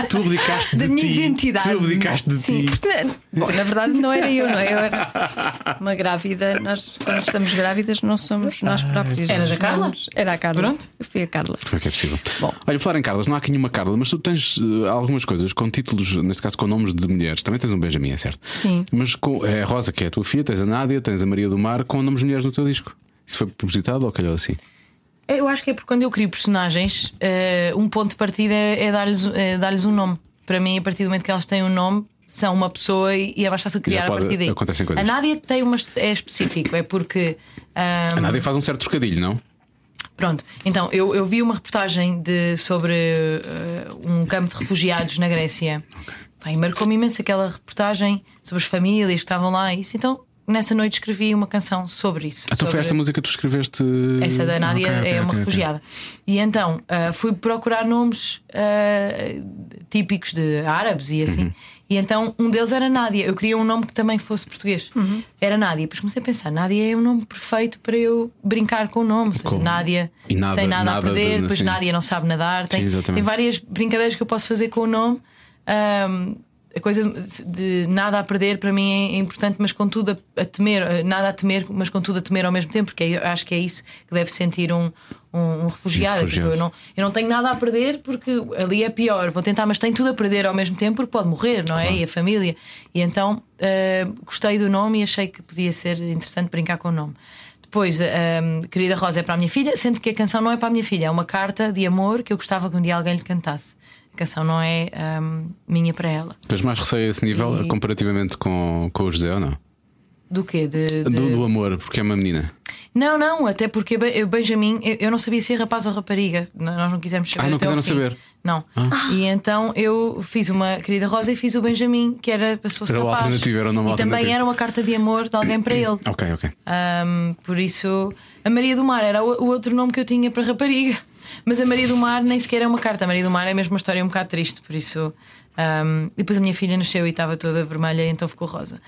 tu abdicaste Da de minha ti. identidade. Tu abdicaste de Sim, ti. porque na, bom, na verdade não era eu, não é? Eu era uma grávida. Nós, quando estamos grávidas, não somos nós Ah, próprias. Eras Nós a Carla? vamos- Era a Carla. Pronto. Eu fui a Carla. Como é que é possível? Bom. Olha, falar em Carlas, não há aqui nenhuma Carla, mas tu tens eh, algumas coisas com títulos, neste caso com nomes de mulheres. Também tens um Benjamin, é certo? Sim. Mas com é a Rosa, que é a tua filha, tens a Nádia, tens a Maria do Mar, com nomes de mulheres no teu disco. Isso foi propositado ou calhou assim? Eu acho que é porque quando eu crio personagens, eh, um ponto de partida é dar-lhes é dar-lhes um nome. Para mim, a partir do momento que elas têm um nome, são uma pessoa e e é basta se criar pode- a partir daí. acontecem a coisas. Nádia tem uma, é específico, é porque. ah, A Nádia faz um certo trocadilho, não? Pronto, então eu, eu vi uma reportagem de, sobre eh, um campo de refugiados na Grécia Pá, e marcou-me imenso aquela reportagem sobre as famílias que estavam lá e isso. Então, nessa noite escrevi uma canção sobre isso. Então foi sobre- esta música que tu escreveste. essa da Nádia Ok, ok, é uma ok, ok. refugiada. E então ah, fui procurar nomes ah, típicos de árabes e Uhum. assim. E então um deles era Nádia. Eu queria um nome que também fosse português. Era Nádia. Depois comecei a pensar: Nádia é o nome perfeito para eu brincar com o nome. Ou seja, Com- Nádia, E nada- sem nada, nada a de- perder. depois sim. Nádia não sabe nadar. Tem, Sim, exatamente. tem várias brincadeiras que eu posso fazer com o nome. Ahm, a coisa de nada a perder para mim é importante, mas contudo a, a temer, eh, nada a temer, mas contudo a temer ao mesmo tempo, porque eu acho que é isso que deve sentir um, um, um refugiado. Um refugiado. Tipo, eu, não, eu não tenho nada a perder porque ali é pior, vou tentar, mas tenho tudo a perder ao mesmo tempo porque pode morrer, não é? E a família. E então ah, gostei do nome e achei que podia ser interessante brincar com o nome. Depois, ahm, Querida Rosa é para a minha filha, sendo que a canção não é para a minha filha, é uma carta de amor que eu gostava que um dia alguém lhe cantasse. A canção não é ahm, minha para ela. Tens mais receio a esse nível E- comparativamente com, com o José ou não? Do quê? De, de- Do, do amor, porque é uma menina. Não, não, até porque Be- eu, Benjamin, eu, eu não sabia se é rapaz ou rapariga. N- Nós não quisemos saber. Ah, não até ao quiseram fim. saber. Ah. Não. E então eu fiz uma querida Rosa e fiz o Benjamin, que era para se fosse Era o rapaz. alternativo, era o nome e também alternativo. era uma carta de amor de alguém para ele. Ok, ok. Ahm, por isso, a Maria do Mar era o, o outro nome que eu tinha para rapariga. Mas a Maria do Mar nem sequer é uma carta. A Maria do Mar é mesmo uma história um bocado triste, por isso. ahm, depois a minha filha nasceu e estava toda vermelha, então ficou rosa.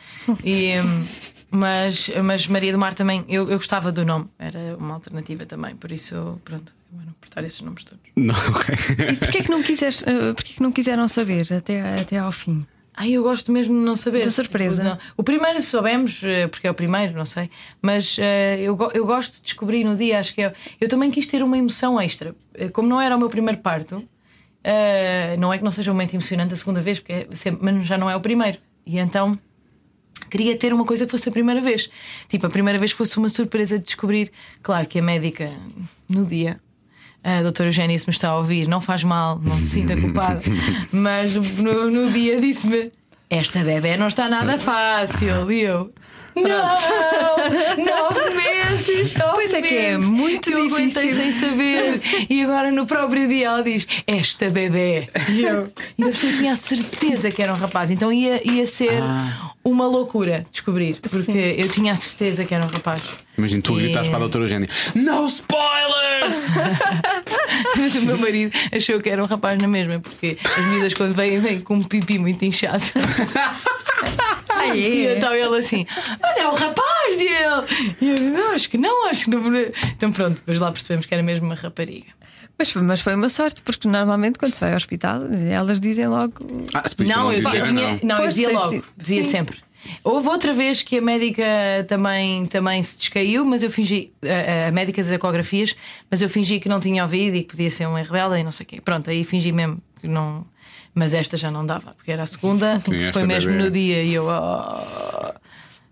E, ahm, mas, mas Maria do Mar também, eu, eu gostava do nome, era uma alternativa também, por isso, pronto, eu não portar esses nomes todos. Não, ok. E porquê é que não, quiseres, eh, porquê é que não quiseram saber até, até ao fim? Ai, eu gosto mesmo de não saber. Da surpresa. Tipo, não. O primeiro soubemos, eh, porque é o primeiro, não sei. Mas eh, eu, go- eu gosto de descobrir no dia, acho que é. Eu também quis ter uma emoção extra. Eh, Como não era o meu primeiro parto, eh, não é que não seja um momento emocionante a segunda vez, porque é sempre, mas já não é o primeiro. E então queria ter uma coisa que fosse a primeira vez. Tipo, a primeira vez fosse uma surpresa de descobrir. Claro que a médica, no dia. A doutora Eugénia, se me está a ouvir, não faz mal, não se sinta culpada. Mas no, no dia disse-me: Esta bebé não está nada fácil. E eu. Não! Nove meses! Nove Pois é que é meses. muito eu aguentei difícil. sem saber. E agora no próprio dia ela diz: Esta bebê. E eu, e eu tinha a certeza que era um rapaz. Então ia, ia ser uma loucura descobrir. Porque eu tinha a certeza que era um rapaz. Imagina tu E- gritares para a doutora Eugénia: No spoilers! Mas o meu marido achou que era um rapaz na mesma. Porque as miúdas quando vêm, vêm com um pipi muito inchado. Ah, E então ele assim, mas é um rapaz! E ele, e eu disse, não, acho que não, acho que não. Então pronto, depois lá percebemos que era mesmo uma rapariga. Mas, foi- mas foi uma sorte, porque normalmente quando se vai ao hospital, elas dizem logo. Ah, se podia Não, eu, dizer, eu tinha- não. não, eu Pois, dizia tens logo, de- dizia sim. sempre. Houve outra vez que a médica também, também se descaiu, mas eu fingi, a, a médica das ecografias, mas eu fingi que não tinha ouvido e que podia ser um rebelde e não sei o quê. Pronto, aí fingi mesmo que não. Mas esta já não dava, porque era a segunda, esta foi mesmo bebé. no dia e eu. "Oh."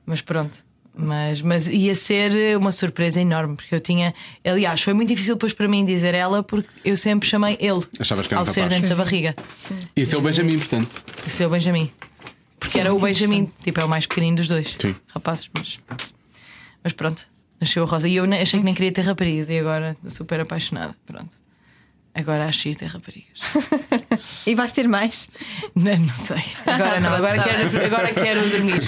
Mas pronto. Mas, mas ia ser uma surpresa enorme, porque eu tinha. Aliás, foi muito difícil depois para mim dizer ela, porque eu sempre chamei ele Achavas que era um ao ser rapaz. dentro da barriga. Esse é o Benjamin, portanto. O seu Benjamin. Porque era o Benjamin, tipo, é o mais pequenino dos dois Sim. rapazes, mas. Mas pronto, nasceu a Rosa. E eu ne- achei que nem queria ter rapariga, e agora super apaixonada. Pronto. Agora acho que tem raparigas. E vais ter mais? Não, não sei. Agora não, agora quero, agora quero dormir.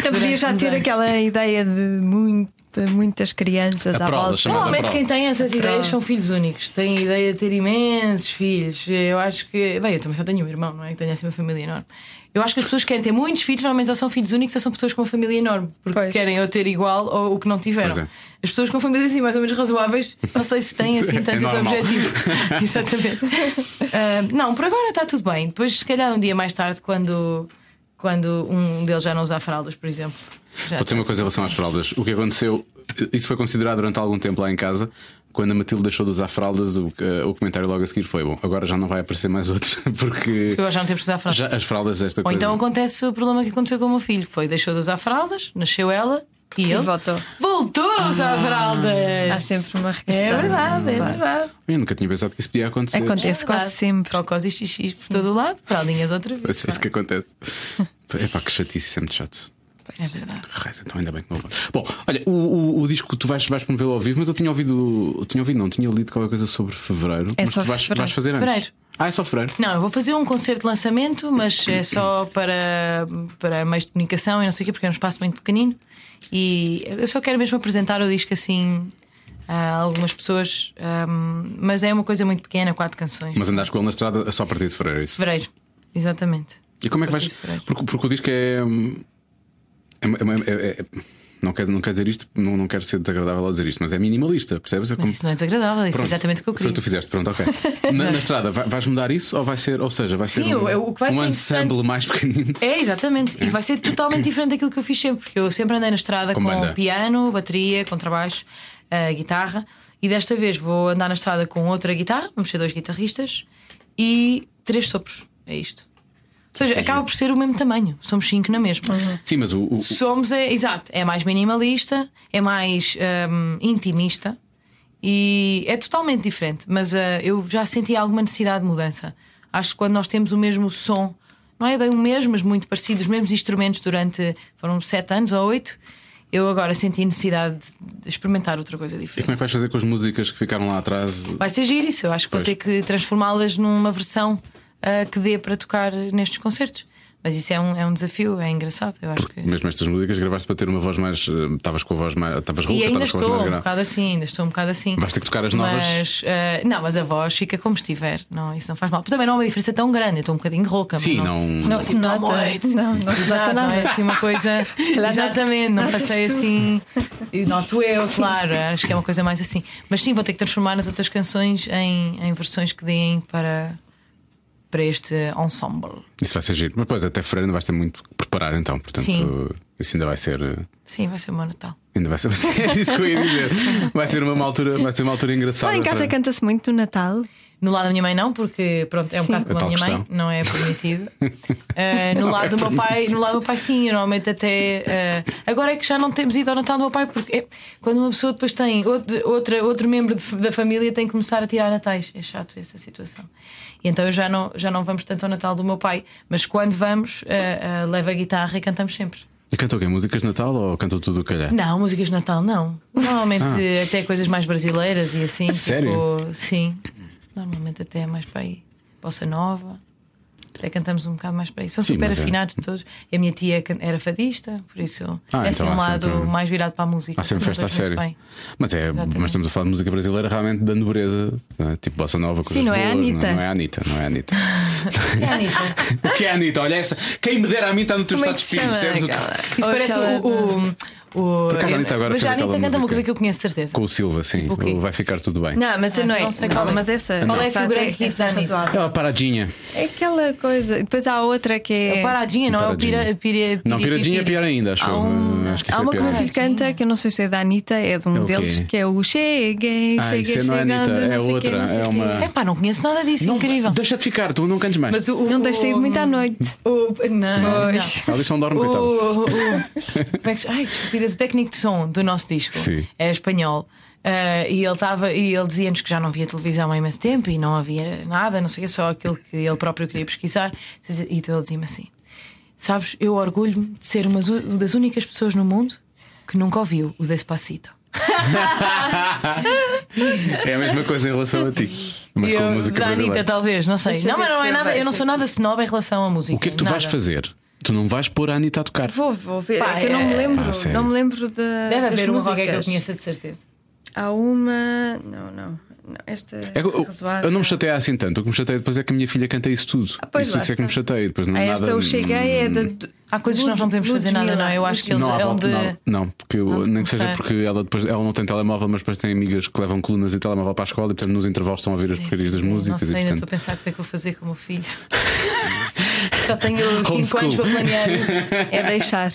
Então podia já ter aquela ideia de muita, muitas crianças A à prola, volta. chama- Normalmente Pronto. quem tem essas Pronto. ideias são filhos únicos. Têm a ideia de ter imensos filhos. Eu acho que. Bem, eu também só tenho um irmão, não é? Que tenho assim uma família enorme. Eu acho que as pessoas que querem ter muitos filhos, normalmente ou são filhos únicos ou são pessoas com uma família enorme. Porque Pois. querem ou ter igual ou o que não tiveram. Pois é. As pessoas com famílias assim mais ou menos razoáveis, não sei se têm assim É tanto esse normal. objetivo. Exatamente. Ah, não, por agora está tudo bem. Depois, se calhar, um dia mais tarde, quando, quando um deles já não usar fraldas, por exemplo. Já Vou dizer uma coisa em relação às fraldas. O que aconteceu, isso foi considerado durante algum tempo lá em casa. Quando a Matilde deixou de usar fraldas, o, eh, o comentário logo a seguir foi: Bom, agora já não vai aparecer mais outros, porque Agora já não temos que usar fraldas. já as fraldas desta Ou coisa. então acontece o problema que aconteceu com o meu filho, que foi deixou de usar fraldas, nasceu ela e, ele voltou. voltou a usar Ah, fraldas. Há sempre uma regressão. É verdade, é Claro. verdade. Eu nunca tinha pensado que isso podia acontecer. Acontece. É Esse quase verdade. sempre. Cocós e xixi por todo o lado, fraldinhas outra Mas vez. É isso que acontece. É pá, que chatice, isso é muito chato. É verdade. Raiz, então ainda bem que não vou. Bom, olha, o, o- o disco que tu vais, vais promovê-lo ao vivo, mas eu tinha ouvido, eu tinha ouvido, não, tinha lido qualquer coisa sobre fevereiro. É mas só tu vais, fevereiro. vais fazer antes. Fevereiro. Ah, é só fevereiro. Não, eu vou fazer um concerto de lançamento, mas é só para, para meios de comunicação e não sei o quê, porque é um espaço muito pequenino. E eu só quero mesmo apresentar o disco assim a algumas pessoas, ahm, mas é uma coisa muito pequena, quatro canções. Mas é- andares com ele na estrada só a partir de fevereiro, é isso? Fevereiro, exatamente. E como é que Partir vais. de fevereiro. Porque, porque o disco é. hum, é uma- é uma- é- é- não, quero, não quero dizer isto, não, não quero ser desagradável ao dizer isto, mas é minimalista, percebes? É Mas como- isso não é desagradável, isso Pronto, é exatamente o que eu Foi queria. o que tu fizeste, pronto, ok. Na, na estrada, vai- vais mudar isso ou vai ser, ou seja, vai Sim, ser um, o- o que vai um ser interessante- ensemble mais pequenino? É, exatamente. E vai ser totalmente diferente daquilo que eu fiz sempre, porque eu sempre andei na estrada Com com, banda. piano, bateria, contrabaixo, eh, guitarra. E desta vez vou andar na estrada com outra guitarra, vamos ser dois guitarristas e três sopros. É isto. Ou seja, é acaba por ser o mesmo tamanho. Somos cinco na mesma. Sim, mas o, o- o- Somos, é, exato, é mais minimalista, é mais hum, intimista e é totalmente diferente. Mas eh, eu já senti alguma necessidade de mudança. Acho que quando nós temos o mesmo som, não é bem o mesmo, mas muito parecido, os mesmos instrumentos durante foram sete anos ou oito, eu agora senti necessidade de experimentar outra coisa E como diferente. é que vais fazer com as músicas que ficaram lá atrás? Vai ser giro isso, eu acho que vou Pois. ter que transformá-las numa versão ah, que dê para tocar nestes concertos. Mas isso é um, é um desafio, é engraçado. Eu acho que... Mesmo estas músicas gravaste para ter uma voz mais. eh, Estavas com a voz mais. Estavas rouca, E ainda estavas com a voz estou um mais grave. bocado assim, ainda estou um bocado assim. Vais ter que tocar as novas. Mas, eh, não, mas a voz fica como estiver, não, isso não faz mal. Porque também não há uma diferença tão grande, eu estou um bocadinho rouca. mas Sim, não. Não se nota. muito. Não, não se nota Então Exato, não é nada. assim uma coisa. calhar Exatamente, não passei assim. E Noto eu, claro, acho que é uma coisa mais assim. Mas sim, vou ter que transformar as outras canções em, em versões que deem para, para este ensemble. Isso vai ser giro. Mas depois, até fevereiro ainda vais ter muito que preparar, então. Portanto, Sim. isso ainda vai ser. eh, Sim, vai ser o meu Natal. Ainda vai ser. É isso que eu ia dizer. Vai ser uma altura, vai ser uma altura engraçada. Lá em casa para- canta-se muito no Natal. No lado da minha mãe não, porque pronto, é um Sim. bocado como É a tal minha mãe, questão. não é permitido. Ah, no lado do meu pai, no lado do meu pai sim, eu normalmente até ah, agora é que já não temos ido ao Natal do meu pai, porque é- quando uma pessoa depois tem outro, outra, outro membro de- da família tem que começar a tirar natais. É chato essa situação. E então eu já não, já não vamos tanto ao Natal do meu pai, mas quando vamos, ah, ah, levo a guitarra e cantamos sempre. E cantou o quê? Músicas de Natal ou cantou tudo o que calhar? Não, músicas de Natal não. Normalmente até coisas mais brasileiras e assim. Ah. sério? Tipo, sim. Normalmente até é mais para aí. Bossa Nova. Até cantamos um bocado mais para aí. São Sim, super mas é- afinados todos. E a minha tia can- era fadista, por isso Ah, é então assim há um lado sempre- mais virado para a música. Há sempre Sim, festa a mas muito sério. bem. Mas, é, Exatamente. mas estamos a falar de música brasileira realmente da nobreza, não é? tipo bossa nova, coisas Sim, não é a boas, Anitta. Não, é a Anitta, não é a Anitta. É, Anitta. o que é a Anitta? Olha essa. Quem me dera a mim está no teu Como é estado de que espírito, se chama percebes o aquela? que? Isso Ou parece aquela o. o- o- Por acaso a Anitta agora Mas fez a aquela Anitta música. canta uma coisa que eu conheço de certeza. Com o Silva, sim. Tipo o quê? Vai ficar tudo bem. Não, mas Ah, não é. não sei qual é. mas essa. Qual é essa o grande até- hit essa é da Anitta? razoável. É uma paradinha. É aquela coisa. Depois há outra que É é. o Paradinha, não é Paradinha. o pira, pira, Não, piri- piradinha é piri- pior ainda, acho. Há, eu. um- acho que isso é há uma que o pior. meu filho canta, que eu não sei se é da Anitta, é de um É o quê? deles, que é o Cheguei, Ah, cheguei, isso é não é chegando, Anitta, é não sei outra, quê, não sei é quê. uma- É pá, não conheço nada disso, incrível. Deixa de ficar, tu não cantes mais. Mas o, o- Não tens saído muito à noite. O, não, Pois. Ela diz que não dorme, não. coitado. O, o, Uh, como é que se- ai, que estupidez. O técnico de som do nosso disco Sim. é espanhol. Ah, e ele estava e ele dizia-nos que já não via televisão há imenso tempo e não havia nada, não sei o que, só aquilo que ele próprio queria pesquisar. E então ele dizia-me assim: Sabes, eu orgulho-me de ser uma zu- das únicas pessoas no mundo que nunca ouviu o Despacito. É a mesma coisa em relação a ti. Mas com a Eu, música da Anitta, brasileira. talvez, não sei. Deixa não, eu mas ver não se é eu nada. Eu não vejo sou nada snob em relação à música. O que é que tu vais Nada. fazer? Tu não vais pôr a Anitta a tocar. Vou, vou ver. Pá, é que eu não é- me lembro. Pá, Ah, sério. não me lembro da. Deve das haver música que eu músicas. conheça de certeza. Há uma. Não, não. não, Esta é, É que eu, razoável. Ah, eu não me chateio assim tanto. O que me chateia depois é que a minha filha canta isso tudo. pois isso lá isso é que me está. chateia. Depois não A há esta nada... Hum. eu cheguei é da. Há coisas que nós não podemos fazer nada, não é? Eu acho que eles Ah, Não, há é volta- onde. não, não, porque eu- Onde nem que seja começar. porque ela depois ela não tem telemóvel, mas depois tem amigas que levam colunas e telemóvel para a escola e portanto nos intervalos estão a ouvir as porcarias das Não músicas sei, e ainda estou a portanto. pensar o que é que vou fazer com o meu filho. Só tenho 5 Homeschool. anos para planear isso. É deixar.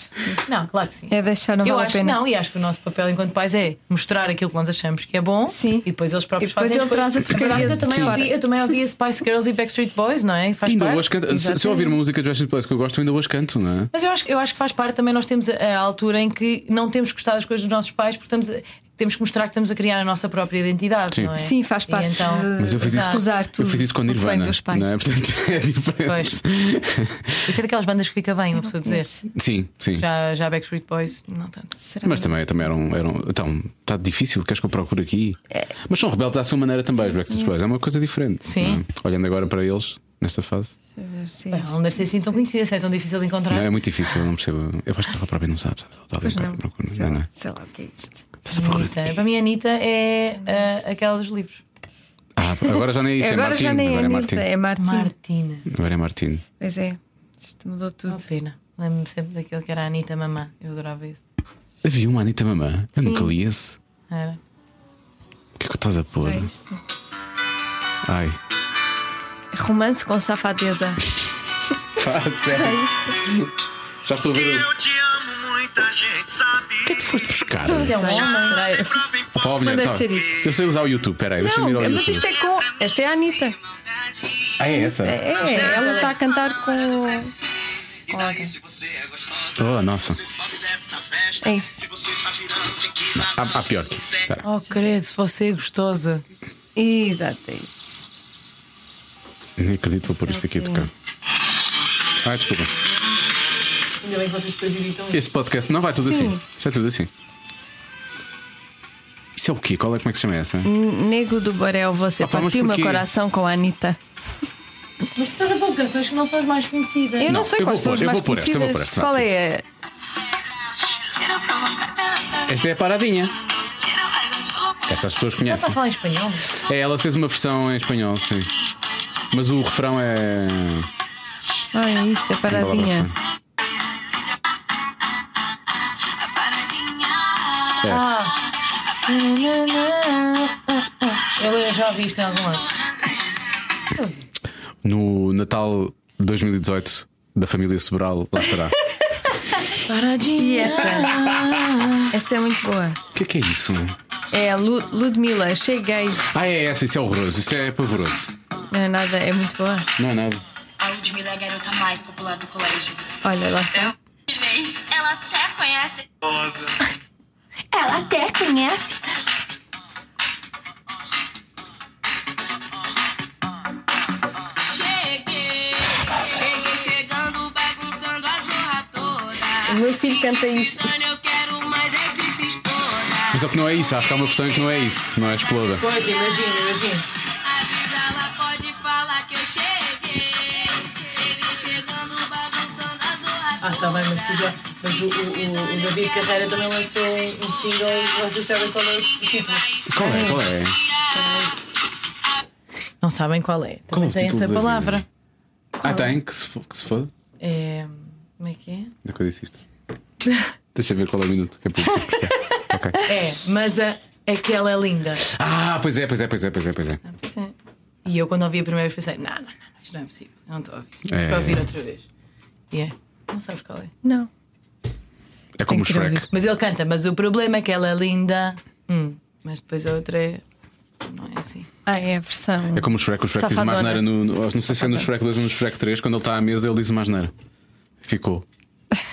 Não, claro que sim. É deixar, não eu vale acho a que pena. não, e acho que o nosso papel enquanto pais é mostrar aquilo que nós achamos que é bom Sim. e depois eles E próprios depois fazem ele as coisas. traz a Mas olha, porcaria eu, de também fora. ouvi, eu também ouvi Spice Girls e Backstreet Boys, não é? Faz Ainda parte. hoje canto. Se, se eu ouvir uma música de Backstreet Boys que eu gosto, eu ainda hoje canto, não é? Mas eu acho, eu acho que faz parte também, nós temos a, a altura em que não temos gostado das coisas dos nossos pais porque estamos a- temos que mostrar que estamos a criar a nossa própria identidade, Sim. não é? Sim, faz E parte. então- de- Mas eu fiz, isso, Exato. Usar eu tudo fiz isso com por frente Nirvana. dos pais. Não é? Portanto, é diferente. Pois. Isso é daquelas bandas que fica bem, uma pessoa dizer. Sim, sim. Já, já Backstreet Boys, não tanto. Será? Mas também, também eram, eram. Então, está difícil, queres que eu procure aqui? É. Mas são rebeldes à sua maneira também, os Backstreet Boys. É uma coisa diferente. Sim. não é? Olhando agora para eles, nesta fase, Deixa eu ver se Bem, isto- Ela não deve ser assim tão conhecida, se é tão difícil de encontrar. não, é muito difícil, eu não percebo. Eu acho que ela própria não sabe. Talvez Não, procure. sei Não, não. lá- Sei lá o que é isto. Estás a procurar. Anitta. Para mim, a Anitta é ah, aquela dos livros. Ah, agora já nem é isso, Agora é Martim. já nem é agora é Anitta, Martim. é Martim. Martina. Agora é Martim. Pois é, isto mudou tudo. Não pena. Lembro-me sempre daquele que era a Anitta Mamã. Eu adorava esse. Havia uma Anitta Mamã. Eu nunca li esse. Era. O que é que estás a pôr? É isto. Ai. Romance com safadeza. Pá, sério. Já estou a ver. o- Eu te amo, muita gente sabe. O que é que tu foste buscar? Mas é um homem. Peraí. Opa, ó, mulher, deve tá. ser isto. Eu sei usar o YouTube, peraí, deixa-me ir ao Não, mas YouTube. isto é com. Esta é a Anitta. Ah, é essa? É, ela está a cantar com. E daí, se você é gostosa, Oh, se nossa. você sobe e desce na festa. É isto. Se você tá virando, tem que dar Há, há Ah, pior que isso. Espera. Oh, credo, se você é gostosa. Exato, é isso. Nem acredito, vou pôr isto aqui a tocar. Oh. Ai, desculpa. Ainda bem que vocês depois editam Este podcast não vai tudo Sim. assim. Isto é tudo assim. Isso é o quê? Qual é como é que se chama essa? Nego do Borel, você Ah, pá, mas partiu meu porquê? coração com a Anitta. Mas tu estás a pôr canções que não são as mais conhecidas. Eu não, Não, sei eu quais vou são pôr, as eu mais vou pôr esta, eu vou pôr conhecidas. esta, Qual vá, é? Quiero provocarte a besar, Esta é a paradinha. quiero algo solo por Estas pessoas Já está a conhecem. falar em espanhol? É, ela fez uma versão em espanhol, sim. ti, pues Mas o refrão é. Olha isto, é paradinha. la parodiña. Ah. ah. Eu já ouvi isto em algum lado. No Natal 2018 da família Sobral, lá estará. Paradinha. E esta? Esta é muito boa. O que é que é isso? É a Lu- Ludmilla, cheguei. Ah, é essa, isso é horroroso, isso é pavoroso. Não é nada, é muito boa. Não é nada. A Ludmilla é a garota mais popular do colégio. Olha, lá está. Ela até conhece. gostosa. Ela até conhece. Cheguei, cheguei chegando, bagunçando a zorra toda. O meu filho canta isto. Insano, eu quero mais é que se exploda. Mas é que não é isso, acho que há uma versão em que não é isso, não é exploda. Pois, imagina, imagina. Avisa, ela pode falar que eu cheguei. Cheguei chegando, bagunçando a zorra Ah, toda. está bem, mas, tu já, mas o, o, o- o David Carreira também lançou um, um single e vocês sabem qual é o título. Qual é? Qual é? Não sabem qual é. Qual é Também o tem título, essa David? palavra. Ah, tem, que se, fo- que se foda. É, como é que é? Ainda que eu disse isto. Deixa ver qual é o minuto. que é para eu cortar. Ok. É, mas a, aquela é linda. Ah, pois é, pois é, pois é, pois é, pois é. Ah, pois é. E eu quando ouvi a primeira vez pensei, não, não, não, isto não é possível. Eu não estou a ouvir. É. Vou ouvir outra vez. E é. Não sabes qual é. Não. É como o Shrek. Mas ele canta, mas o problema é que ela é linda. Hum, mas depois a outra é. Não é assim. Ah, é a versão. É como o Shrek, o Shrek diz mais Safadona. neira no, no- Não sei se é no Shrek 2 ou no Shrek 3, quando ele está à mesa, ele diz mais neira. Ficou.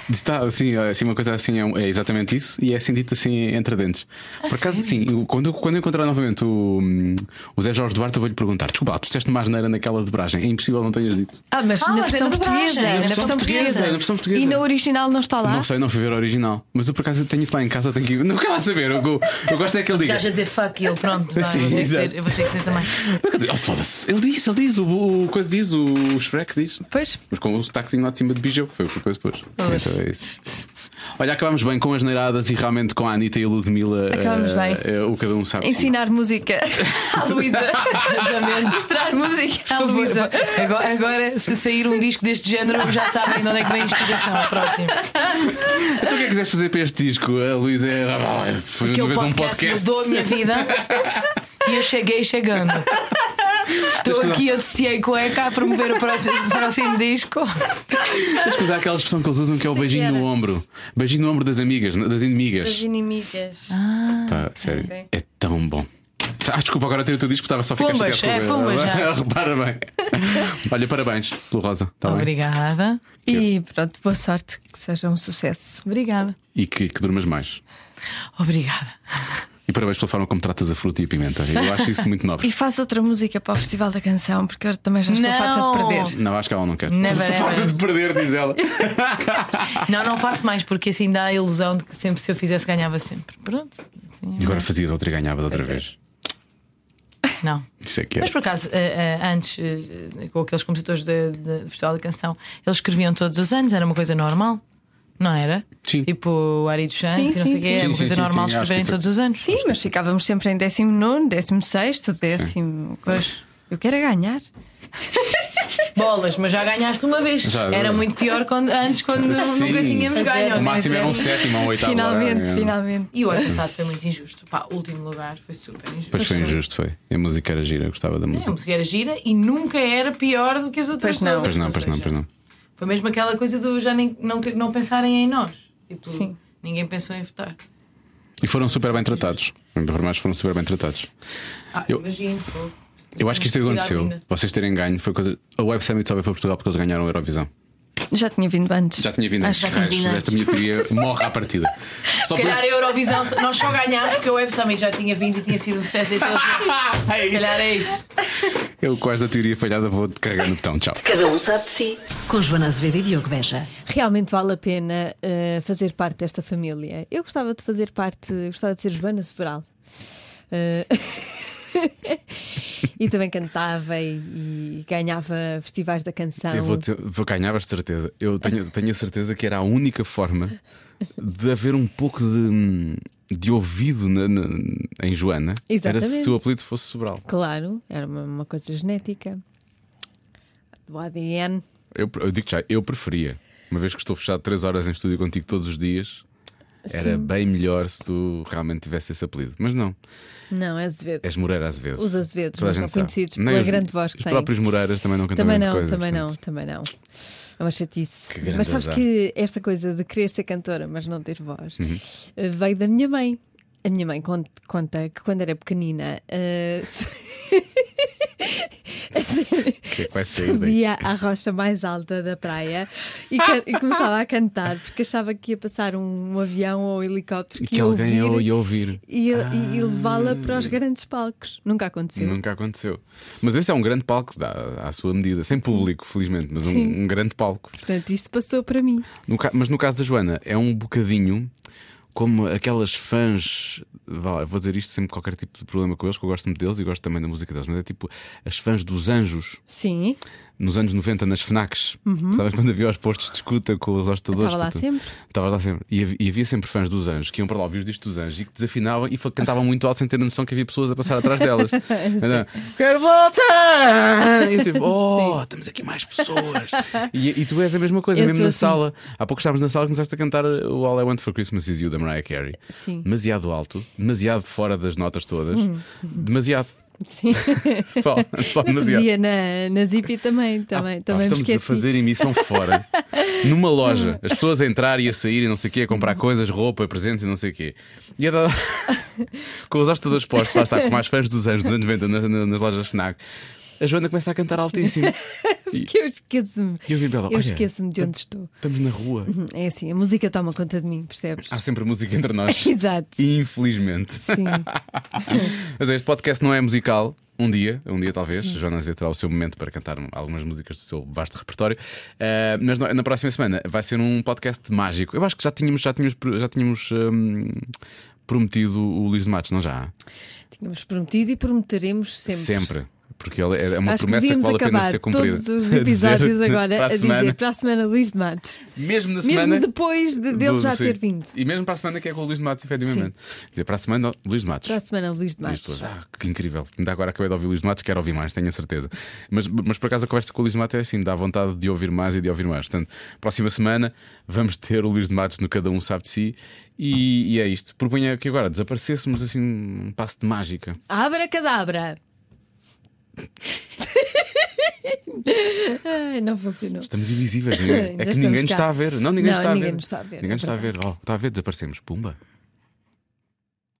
Disse, tá, assim, assim, uma coisa assim é, um- é exatamente isso e é assim dito assim entre dentes. Ah, Por acaso, sim, eu- quando, eu- quando eu encontrar novamente o, hum, o Zé Jorge Duarte, eu vou-lhe perguntar: desculpa, lá, tu disseste uma asneira naquela dobragem, é impossível não tenhas dito. Ah, mas Ah, na mas é versão na dobragem, portuguesa. Na é versão portuguesa. na versão portuguesa. E na original não está lá? Não sei, não fui ver a original, mas eu por acaso tenho isso lá em casa, tenho que ir. Não quero lá saber, eu, eu, eu gosto é que ele diga. Estás a dizer fuck e ele, pronto, vai, Sim, eu, vou ter que exato. dizer, eu vou ter que dizer também. é- Ele "Oh, foda-se, ele diz, ele diz, o, o coisa diz, o Shrek diz. Pois. Mas com o sotaquezinho lá de cima de Bijou, foi o que depois pôs. Então é isso. Olha, acabámos bem com as neiradas e realmente com a Anitta e a Ludmilla. Acabámos eh, bem. eh, o cada um sabe. Ensinar música à Luísa. Mostrar música à Por favor, Luísa. agora, agora, se sair um disco deste género, já sabem de onde é que vem a inspiração. Próximo. Então o que é que quiseres fazer para este disco? A Luísa é. ah, Foi uma Aquele vez um podcast podcast. mudou a minha vida e eu cheguei chegando. Estou aqui, eu testei cueca a promover o próximo, o próximo disco. Tá Tens que usar aquela expressão que eles usam que é o beijinho no era. ombro. Beijinho no ombro das amigas, das As inimigas. inimigas. Ah. Pá, sério. sim. É tão bom. Ah, desculpa, agora tenho o teu disco, estava só a ficar Pumbas, chateado com- é, pumbas, já. Repara bem. Olha, parabéns pelo Rosa. Tá bem? Obrigada. E pronto, boa sorte, que seja um sucesso. Obrigada. E que, que durmas mais. Obrigada. E parabéns pela forma como tratas a fruta e a pimenta. Eu acho isso muito nobre. E faz outra música para o Festival da Canção, porque eu também já estou Não. farta de perder. Não, acho que ela não quer. Never Estou farta ever. de perder, diz ela. Não, não faço mais, porque assim dá a ilusão de que sempre se eu fizesse ganhava sempre. Pronto. Assim, E agora fazias outra e ganhavas outra vez. não. Isso é que é. Mas por acaso, eh, eh, antes, eh, com aqueles compositores de- de- do Festival da Canção, eles escreviam todos os anos, era uma coisa normal, não era? Sim. Tipo o Ari dos Santos, Sim, e não sim, sei o quê, sim. é Sim, uma sim, coisa sim, normal sim, acho escreverem que todos os anos. Sim, mas ficávamos sempre em 19, 16, décimo. Pois. Eu quero é ganhar. Bolas, mas já ganhaste uma vez. Já, era já. muito pior quando- antes, quando Sim. nunca tínhamos Pois é. ganho. O máximo era um Sim. sétimo ou um oitavo. finalmente, lugar. finalmente. E o ano passado foi muito injusto. Pá, último lugar foi super injusto. Pois foi injusto, foi. A música era gira, eu gostava da A música. música era gira e nunca era pior do que as outras. Pois não. todas. Pois não, Ou pois não, seja, pois não. Foi mesmo aquela coisa do já nem, não, ter- não pensarem em nós. Tipo, Sim. ninguém pensou em votar. E foram super bem tratados. Ainda por mais foram super bem tratados. Ah, Eu- imagino. pô. Eu acho que isto Cidade aconteceu. linda. Vocês terem ganho foi coisa. A Web Summit só veio para Portugal porque eles ganharam a Eurovisão. Já tinha vindo antes. Já tinha vindo Acho que antes. já tinha Raios, vindo antes. Esta minha teoria morre à partida. Só Se calhar a Eurovisão, nós só ganhámos porque a Web Summit já tinha vindo e tinha sido um sucesso. Então, se calhar é isso. Eu quase da teoria falhada vou carregar no botão. Tchau. Cada um sabe de si. Com Joana Azevedo e Diogo Beja. Realmente vale a pena eh, fazer parte desta família. Eu gostava de fazer parte, gostava de ser Joana Sobral. Eh, e também cantava e, e ganhava festivais da canção. Eu vou, ter, vou ganhar de certeza. Eu tenho, tenho a certeza que era a única forma de haver um pouco de, de ouvido na- na- em Joana. Exatamente. Era se o apelido fosse Sobral. Claro, era uma, uma coisa genética. Do ADN. Eu, eu digo já, eu preferia. Uma vez que estou fechado 3 horas em estúdio contigo todos os dias, era bem melhor se tu realmente tivesse esse apelido. Mas não, Não, é Azevedo. és Moreira às vezes. Os Azevedos, Toda a mas são gente sabe. conhecidos Nem pela os- grande voz que Os têm. próprios Moreiras também não cantam Também grande não, coisa, também não, portanto. também não. É uma chatice. Que grande mas sabes azar. que esta coisa de querer ser cantora, mas não ter voz, Uhum. eh, veio da minha mãe. A minha mãe con- conta que quando era pequenina eh, se- a sério, que é que vai sair daí? subia à rocha mais alta da praia e, can- e começava a cantar porque achava que ia passar um, um avião ou um helicóptero E que, que ia alguém ouvir, ia ouvir. Ah. e, e- e levá-la para os grandes palcos. Nunca aconteceu. Nunca aconteceu. Mas esse é um grande palco, dá- à sua medida, sem público, felizmente, mas um, Sim. um grande palco. Portanto, isto passou para mim. No ca- mas no caso da Joana, é um bocadinho como aquelas fãs. vá lá, eu vou dizer isto sem qualquer tipo de problema com eles, que eu gosto muito deles e gosto também da música deles, mas é tipo as fãs dos anjos Sim, nos anos 90 nas FNACs. Sabes quando havia os postos de escuta com os hostadores? Uhum. Estava lá sempre. Estavas lá sempre. E havia, e havia sempre fãs dos anjos que iam para lá ouvir os discos dos anjos e que desafinavam e fa- cantavam muito alto sem ter noção que havia pessoas a passar atrás delas. Então, Quero voltar! E tipo, oh, estamos aqui mais pessoas. E, e tu és a mesma coisa, Eu mesmo sou na assim. sala. Há pouco estávamos na sala e começaste a cantar o All I Want for Christmas is You da Mariah Carey. Sim. Demasiado alto, demasiado fora das notas todas, demasiado. sim. Só, só No outro demasiado. dia na, na Zipi também, também, Ah, pá, também me estamos esqueci. a fazer emissão fora, numa loja, as pessoas a entrar e a sair e não sei o quê, a comprar coisas, roupa, presentes e não sei o quê. E a dar... com os hostadores postos, lá está, com mais fãs dos anos, dos anos 90 na- na- nas lojas Fnac. a Joana começa a cantar altíssimo. E Que eu esqueço-me. E eu vi Bela, Eu "Olha, esqueço-me de onde estou. estamos na rua. Uhum. É assim, a música toma conta de mim, percebes? Há sempre música entre nós. Exato. Infelizmente. Sim. Mas este podcast não é musical. Um dia, um dia talvez, Joana Azevedo terá o seu momento para cantar algumas músicas do seu vasto repertório. Ah, mas na na próxima semana vai ser um podcast mágico. Eu acho que já tínhamos, já tínhamos, já tínhamos hum, prometido o Luís de Matos, não já? Tínhamos prometido e prometeremos sempre. Porque ele é uma Acho que promessa que devíamos vale a pena acabar ser cumprida. todos os A dizer episódios agora para a, a dizer semana, para a semana Luís de Matos. mesmo na Mesmo semana. depois de, dele do- já sim. ter vindo. E mesmo para a semana que é com o Luís de Matos, efetivamente. Dizer para a semana, Luís de Matos. Para a semana Luís de E as Matos. pessoas, ah, que incrível. Ainda agora acabei de ouvir Luís de Matos, quero ouvir mais, tenho a certeza. Mas, mas por acaso a conversa com o Luís de Matos é assim, dá vontade de ouvir mais e de ouvir mais. Portanto, próxima semana vamos ter o Luís de Matos no Cada Um Sabe de Si. E, e é isto. Proponho que agora desaparecêssemos assim um passo de mágica. Abracadabra! Ai, não funcionou. Estamos invisíveis, não é? Ainda é que estamos ninguém nos cá. está a ver. Não, ninguém Não, nos está a ninguém ver. nos está a ver, Ninguém nos é está a ver. Oh, está a ver, desaparecemos. Pumba.